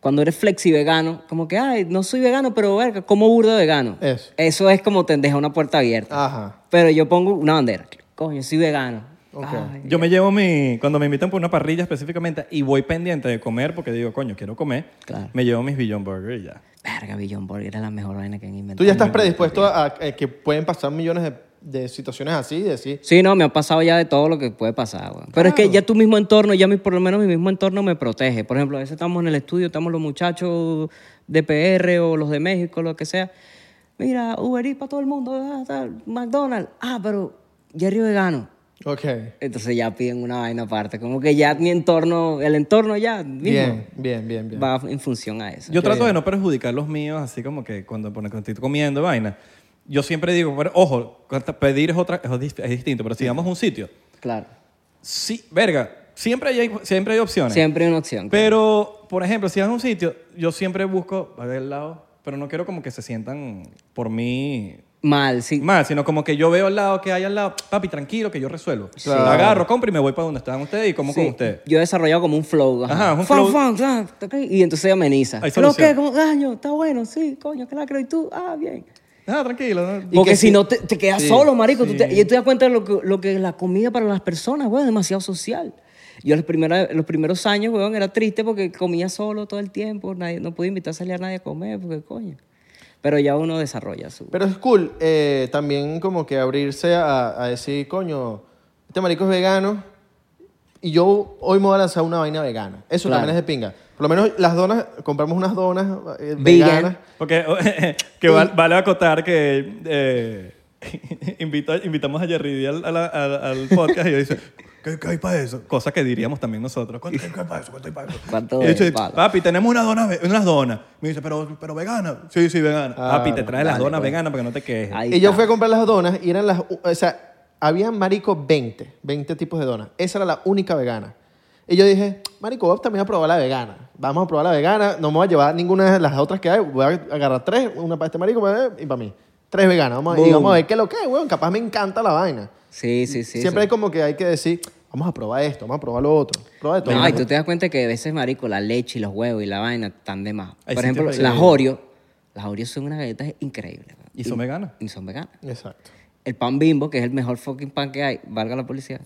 S1: Cuando eres flexi vegano, como que, ay, no soy vegano, pero verga, como burdo vegano.
S3: Eso.
S1: Eso es como te deja una puerta abierta.
S3: Ajá.
S1: Pero yo pongo una bandera. Coño, soy vegano.
S3: Ok.
S1: Ay,
S2: Yo me llevo mi. Cuando me invitan por una parrilla específicamente y voy pendiente de comer porque digo, coño, quiero comer,
S1: Claro.
S2: me llevo mis Beyond Burger y ya.
S1: verga, Billion Burger es la mejor vaina que han inventado.
S3: Tú ya estás predispuesto a, a que pueden pasar millones de de situaciones así, de decir,
S1: Sí, no, me ha pasado ya de todo lo que puede pasar, güey. Pero es que ya tu mismo entorno, ya mi- por lo menos mi mismo entorno me protege. Por ejemplo, a veces estamos en el estudio, estamos los muchachos de PR o los de México, lo que sea. Mira, Uber Eats para todo el mundo, ah, tal, McDonald's. Ah, pero Jerry Vegano.
S3: ok,
S1: Entonces ya piden una vaina aparte. Como que ya mi entorno, el entorno ya mismo
S3: bien, bien, bien, bien.
S1: va en función a eso.
S2: Yo trato de no perjudicar los míos, así como que cuando, por ejemplo, estoy comiendo vaina. Yo siempre digo, bueno, ojo, pedir es, otra, es, dis- es distinto, pero si vamos a un sitio,
S1: Claro.
S2: sí, verga, siempre hay, siempre hay opciones.
S1: Siempre hay una opción.
S2: Pero, por ejemplo, si vas a un sitio, yo siempre busco, a ver el lado, pero no quiero como que se sientan por mí
S1: Mal, sí.
S2: mal, sino como que yo veo al lado que hay al lado, papi, tranquilo, que yo resuelvo.
S3: Claro.
S2: La agarro, compro y me voy para donde estaban ustedes y como
S1: Sí,
S2: con ustedes.
S1: Yo he desarrollado como un flow.
S2: Ajá, un
S1: Fan,
S2: flow.
S1: fan, fan, ok, y entonces ameniza.
S2: Hay
S1: ¿Pero
S2: solución.
S1: qué? ¿Cómo? Año, está bueno, sí, coño, claro. ¿Y tú? Ah, bien.
S2: Ah, tranquilo. ¿no?
S3: Y
S1: Porque
S3: que
S1: si
S3: sí-
S1: no, te, te quedas solo, marico. Tú te- y tú te das cuenta de lo que, lo que es la comida para las personas, güey, es demasiado social. Yo los, primera- los primeros años, weón, era triste porque comía solo todo el tiempo. Nadie, no pude invitar a salir a nadie a comer, porque coño. Pero ya uno desarrolla su...
S3: Pero es cool eh, también como que abrirse a, a decir, coño, este marico es vegano y yo hoy me voy a lanzar una vaina vegana. Eso
S1: Claro.
S3: también es de pinga. Por lo menos las donas, compramos unas donas eh,
S1: Vegan.
S3: veganas.
S2: Porque que val- vale acotar que eh, invita- invitamos a Jerry D al, a la- al- al podcast y ella dice, ¿qué, qué hay para eso? Cosa que diríamos también nosotros. ¿Cuánto qué hay para eso? ¿Cuánto hay para eso?
S1: ¿Cuánto
S2: y yo
S1: es,
S2: dice,
S1: palo?
S2: papi, tenemos unas donas, ve- unas donas. Me dice, pero, pero vegana. Sí, sí, vegana.
S3: Ah,
S2: papi, te trae las
S1: dale,
S2: donas
S1: pues.
S2: veganas para que no te quejes.
S1: Ahí
S3: Y yo
S1: está.
S3: fui a comprar las donas y eran las... u- O sea, había marico 20, 20 tipos de donas. Esa era la única vegana. Y yo dije, marico, voy también a probar la vegana. Vamos a probar la vegana. No me voy a llevar ninguna de las otras que hay. Voy a agarrar tres. Una para este marico para- y para mí. Tres veganas. Vamos a- y
S1: Boom.
S3: vamos a ver qué es lo que es, weón. Capaz me encanta la vaina.
S1: Sí, sí, sí.
S3: Siempre
S1: sí.
S3: hay como que hay que decir, vamos a probar esto, vamos a probar lo otro. Prueba de todo.
S1: No, y tú te das cuenta que a veces, marico, la leche y los huevos y la vaina están de más.
S2: Hay
S1: Por ejemplo,
S2: sitios que-
S1: las Oreo. Las Oreo son unas galletas increíbles. weón.
S2: Y son veganas.
S1: Y son veganas.
S3: Exacto.
S1: El pan bimbo, que es el mejor fucking pan que hay, valga la policía,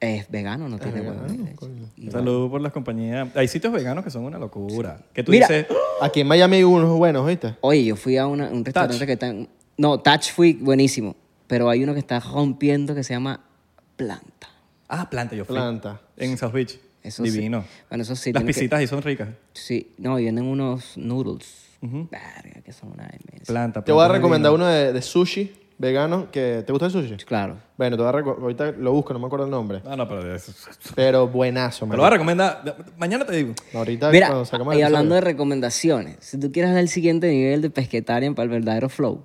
S1: es vegano, no tiene huevo ni leche. Y-
S2: Salud por las compañías. Hay sitios veganos que son una locura. Que tú
S1: Mira.
S2: dices,
S3: Aquí en Miami hay unos buenos, ¿viste?
S1: Oye, yo fui a una- un restaurante que está... en- No, Touch fui buenísimo, pero hay uno que está rompiendo que se llama Planta.
S2: ah, planta, yo fui.
S3: Planta.
S2: En South Beach.
S1: Eso sí.
S2: Divino.
S1: Bueno, eso sí.
S2: las
S1: tiene que-
S2: pisitas ahí son ricas.
S1: Sí, no, y venden unos noodles. Verga, que son una inmensa.
S2: Planta,
S3: Te voy a
S2: planta
S3: recomendar
S2: divino.
S3: uno de, de sushi vegano que... ¿Te gusta el sushi?
S1: Claro.
S3: Bueno, te voy a reco- ahorita lo busco, no me acuerdo el nombre.
S2: Ah, no, pero eso-
S3: Pero buenazo,
S2: Me
S3: man.
S2: lo va a recomendar. Mañana te digo.
S3: Ahorita
S1: Mira,
S3: cuando sacamos
S1: y
S3: el
S1: hablando de
S3: episodio.
S1: recomendaciones, si tú quieres dar el siguiente nivel de pesquetarian para el verdadero flow,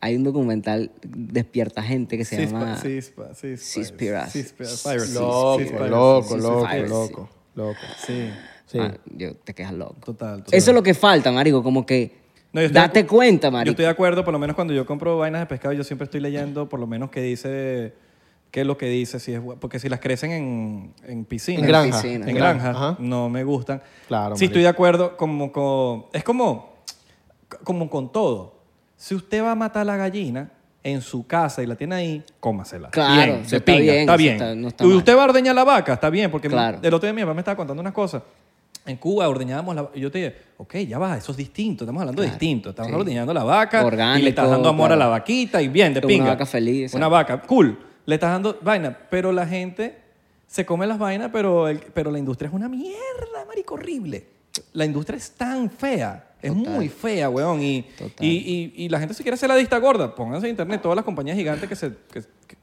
S1: hay un documental Despierta Gente que se llama...
S2: Cispa,
S1: Cispiras.
S3: Loco,
S1: Cispa-
S3: loco,
S1: Cispa-
S3: loco,
S1: Cispa-
S3: loco, loco.
S2: Sí,
S3: Sí.
S1: Ah, yo te quedas loco.
S2: total. total.
S1: Eso es lo que falta, marico, como que
S2: No, yo estoy de
S1: date cuenta,
S2: Yo
S1: marico.
S2: estoy de acuerdo, por lo menos cuando yo compro vainas de pescado, yo siempre estoy leyendo, por lo menos que dice, qué es lo que dice, si es bu- porque si las crecen en, en piscinas,
S3: En granja.
S1: piscina.
S2: en
S3: En granja,
S2: granja,
S3: ajá.
S2: no me gustan.
S3: Claro,
S2: Sí,
S3: marico.
S2: estoy de acuerdo, como con, es como, como con todo. Si usted va a matar la gallina en su casa y la tiene ahí, cómasela.
S1: Claro,
S2: Bien,
S1: eso
S2: de
S1: está
S2: pinga,
S1: bien,
S2: Está
S1: eso
S2: bien.
S1: está- no está
S2: Y
S1: mal.
S2: usted va a ordeñar la vaca, está bien, porque
S1: Claro.
S2: el otro día mi papá me estaba contando unas cosas. En Cuba ordeñábamos la vaca. Yo te dije, ok, ya va, eso es distinto. Estamos hablando de distinto. Estamos
S1: sí.
S2: ordeñando la vaca. y
S1: Orgánico,
S2: le estás dando amor
S1: claro.
S2: a la vaquita y bien, de
S1: Una
S2: pinga.
S1: vaca feliz,
S2: Una
S1: exacto.
S2: vaca, cool. Le estás dando vaina. Pero la gente se come las vainas, pero, el- pero la industria es una mierda, marico, horrible. La industria es tan fea. Es muy fea, weón. Y,
S1: Total.
S2: y, y, y la gente se quiere hacer la vista gorda. Pónganse en internet todas las compañías gigantes que se... que- que-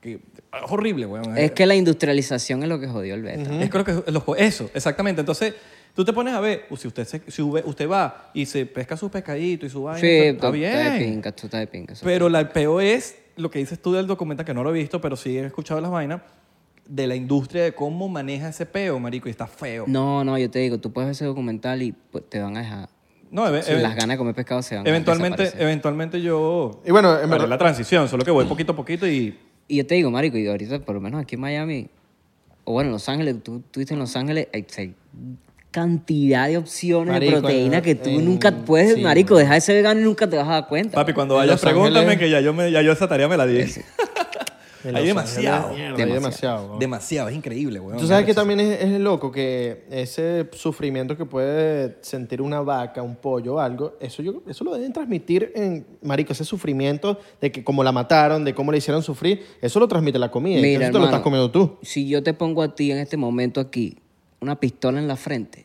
S2: que- es horrible, weón.
S1: Es que la industrialización es lo que jodió el beta.
S2: Es creo que los co- eso, exactamente. Entonces, tú te pones a ver, si usted se- si ube- usted va y se pesca su pescadito y su vaina,
S1: Sí,
S2: está
S1: tú estás de
S2: bien.
S1: pinga, tú estás de pinga. eso
S2: Pero la peor es lo que dices tú del documental, que no lo he visto, pero sí he escuchado las vainas, de la industria de cómo maneja ese peo, marico, y está feo.
S1: No, no, yo te digo, tú puedes ver ese documental y pues, te van a dejar...
S2: No, eve-
S1: si
S2: eve-
S1: las ganas de comer pescado se van a
S2: Eh, eventualmente,
S1: desaparecer.
S2: eventualmente yo
S3: Y bueno, en
S2: haré
S3: verdad,
S2: la transición, solo que voy poquito a poquito y...
S1: Y yo te digo, marico, y ahorita por lo menos aquí en Miami, o bueno, en Los Ángeles, tú estuviste en Los Ángeles, hay, hay cantidad de opciones
S3: Marico,
S1: de proteína
S3: en-
S1: que tú
S3: en-
S1: nunca puedes, marico, deja ese vegano y nunca te vas a dar cuenta.
S2: Papi, cuando
S3: En
S2: vayas,
S3: Los Ángeles-
S2: pregúntame que ya yo, me, ya yo esa tarea me la di.
S3: En
S4: Hay
S3: Los
S4: demasiado.
S3: Ángeles, mierda, hay
S4: demasiado.
S3: demasiado, ¿no?
S4: Demasiado, es increíble, weón.
S3: Tú sabes que
S4: Eso-
S3: también es, es loco que ese sufrimiento que puede sentir una vaca, un pollo, algo, eso yo eso lo deben transmitir en marico, ese sufrimiento de que cómo la mataron, de cómo le hicieron sufrir, eso lo transmite la comida, y
S1: Mira,
S3: eso te lo
S1: hermano,
S3: estás comiendo tú.
S1: Si yo te pongo a ti en este momento aquí una pistola en la frente,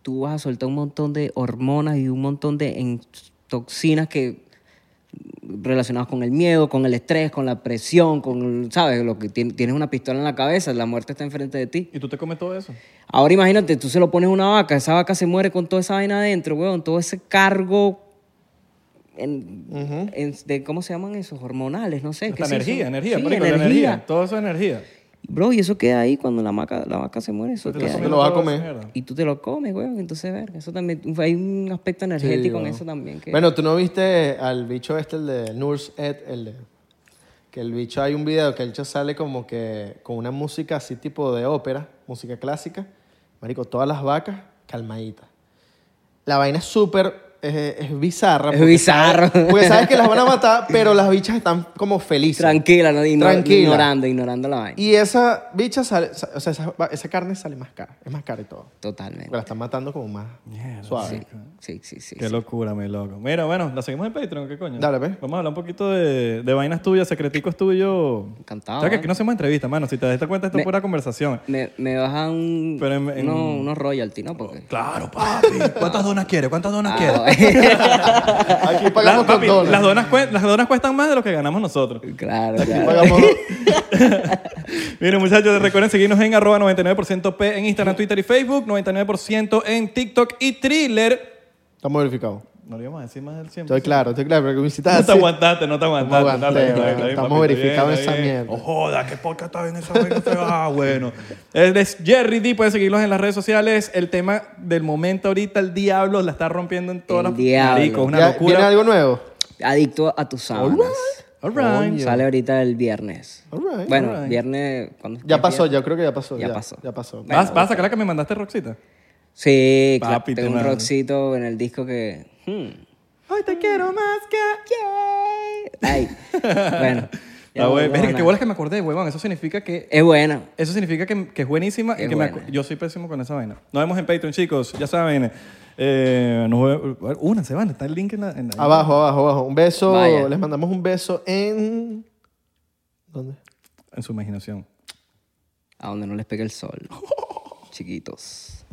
S1: tú vas a soltar un montón de hormonas y un montón de en- toxinas que relacionadas con el miedo, con el estrés, con la presión, con, ¿sabes? Lo que tien- tienes una pistola en la cabeza, la muerte está enfrente de ti.
S2: ¿Y tú te comes todo eso?
S1: Ahora imagínate, tú se lo pones a una vaca, esa vaca se muere con toda esa vaina adentro, weón, todo ese cargo en- en- de, ¿cómo se llaman esos? Hormonales, no sé.
S2: Hasta
S1: ¿qué es eso?
S2: energía, energía,
S1: Sí,
S2: marico, la
S1: energía.
S2: energía. Todo eso es energía.
S1: Bro, y eso queda ahí cuando la vaca, la vaca se muere, eso
S2: Tú te
S1: queda
S2: estás
S1: ahí.
S3: Te lo vas a
S2: comiendo
S3: comer.
S2: toda esa mierda.
S1: Y tú te lo comes, weón, entonces, verga, eso también, hay un aspecto energético en eso también. Que...
S3: Bueno, tú no viste al bicho este, el de Nurse Ed, el de- que el bicho hay un video que el bicho sale como que con una música así tipo de ópera, música clásica, marico, todas las vacas calmaditas. La vaina es súper eh, es bizarra.
S1: Es
S3: porque
S1: bizarro.
S3: sabes- Porque sabes que las van a matar, pero las bichas están como felices.
S1: Tranquila, ¿no? Igno-
S3: Tranquila.
S1: ignorando, ignorando la vaina.
S3: Y esa bicha sale, sa- o sea, esa, va- esa carne sale más cara, es más cara y todo.
S1: Totalmente.
S3: Porque la están matando como más
S2: Mierda,
S3: suave.
S1: Sí, sí, sí. sí,
S2: Qué
S1: sí.
S2: locura, mi loco. Mira, bueno, la seguimos en Patreon, ¿qué coño?
S3: Dale, pues. ve.
S2: Vamos a hablar un poquito de, de vainas tuyas, secreticos tuyos.
S1: Encantado,
S2: O sea, que
S1: ¿eh?
S2: aquí no hacemos entrevistas, mano. Si te das cuenta, esto es
S1: Me-
S2: pura conversación.
S1: Me, me bajan un,
S2: Pero en- en-
S1: uno- unos royalty, ¿no? Porque...
S4: Claro, papi. ¿Cuántas donas quieres? ¿Cuántas
S1: Ah,
S4: donas quieres?
S3: Aquí
S2: Las-
S3: pagamos
S2: papi,
S3: con dólares.
S2: las, donas cuen- las donas cuestan más de lo que ganamos nosotros.
S1: claro,
S3: Aquí
S1: claro.
S3: pagamos
S2: Miren, muchachos, recuerden seguirnos en arroba 99% P en Instagram, Twitter y Facebook, 99% en TikTok y Thriller.
S3: Estamos verificados.
S2: No lo íbamos a decir más del 100%.
S3: Estoy claro, estoy claro, pero que me hiciste
S2: No te
S3: así.
S2: aguantaste, no te aguantaste.
S3: aguanté,
S2: Dale, dale,
S3: weón.
S2: dale,
S3: Estamos
S2: papito,
S3: verificados
S2: bien,
S3: en esa
S2: bien.
S3: mierda.
S4: Oh, joda, qué podcast está en esa vaina fea. Ah, bueno.
S2: Él es Jerry D. Pueden seguirlos en las redes sociales. El tema del momento ahorita, el diablo la está rompiendo en todas
S1: El
S2: las
S1: diablo.
S2: Marico, una
S3: Ya, ¿Viene
S2: locura.
S3: algo nuevo?
S1: Adicto a tus sábanas.
S2: All right.
S1: Sale ahorita el viernes.
S3: All right,
S1: bueno,
S2: all right.
S1: viernes... cuando
S3: Ya pasó, ya creo que ya pasó.
S1: Ya pasó.
S3: Ya pasó.
S2: ¿Vas, vas a sacar la que me mandaste, Roxita?
S1: Sí, claro,
S2: Papi,
S1: tengo
S2: te
S1: un
S2: mando.
S1: rockcito en el disco que... hmm,
S2: Hoy te quiero más que...
S1: Ay, bueno. ya
S2: Ah,
S1: no
S2: güey,
S1: digo
S2: verga, qué
S1: nada.
S2: bolas que me acordé, huevón. Eso significa que
S1: Es buena.
S2: Eso significa que, que es buenísima.
S1: Qué
S2: y que me acu-
S1: buena.
S2: yo soy pésimo con esa vaina. Nos vemos en Patreon, chicos. Ya saben. Eh, nos ve- una se van. Está el link en la. en la-
S3: Abajo, abajo, abajo. Un beso.
S1: Vaya.
S3: Les mandamos un beso en. ¿Dónde?
S2: En su imaginación.
S1: A donde no les pegue el sol. Chiquitos.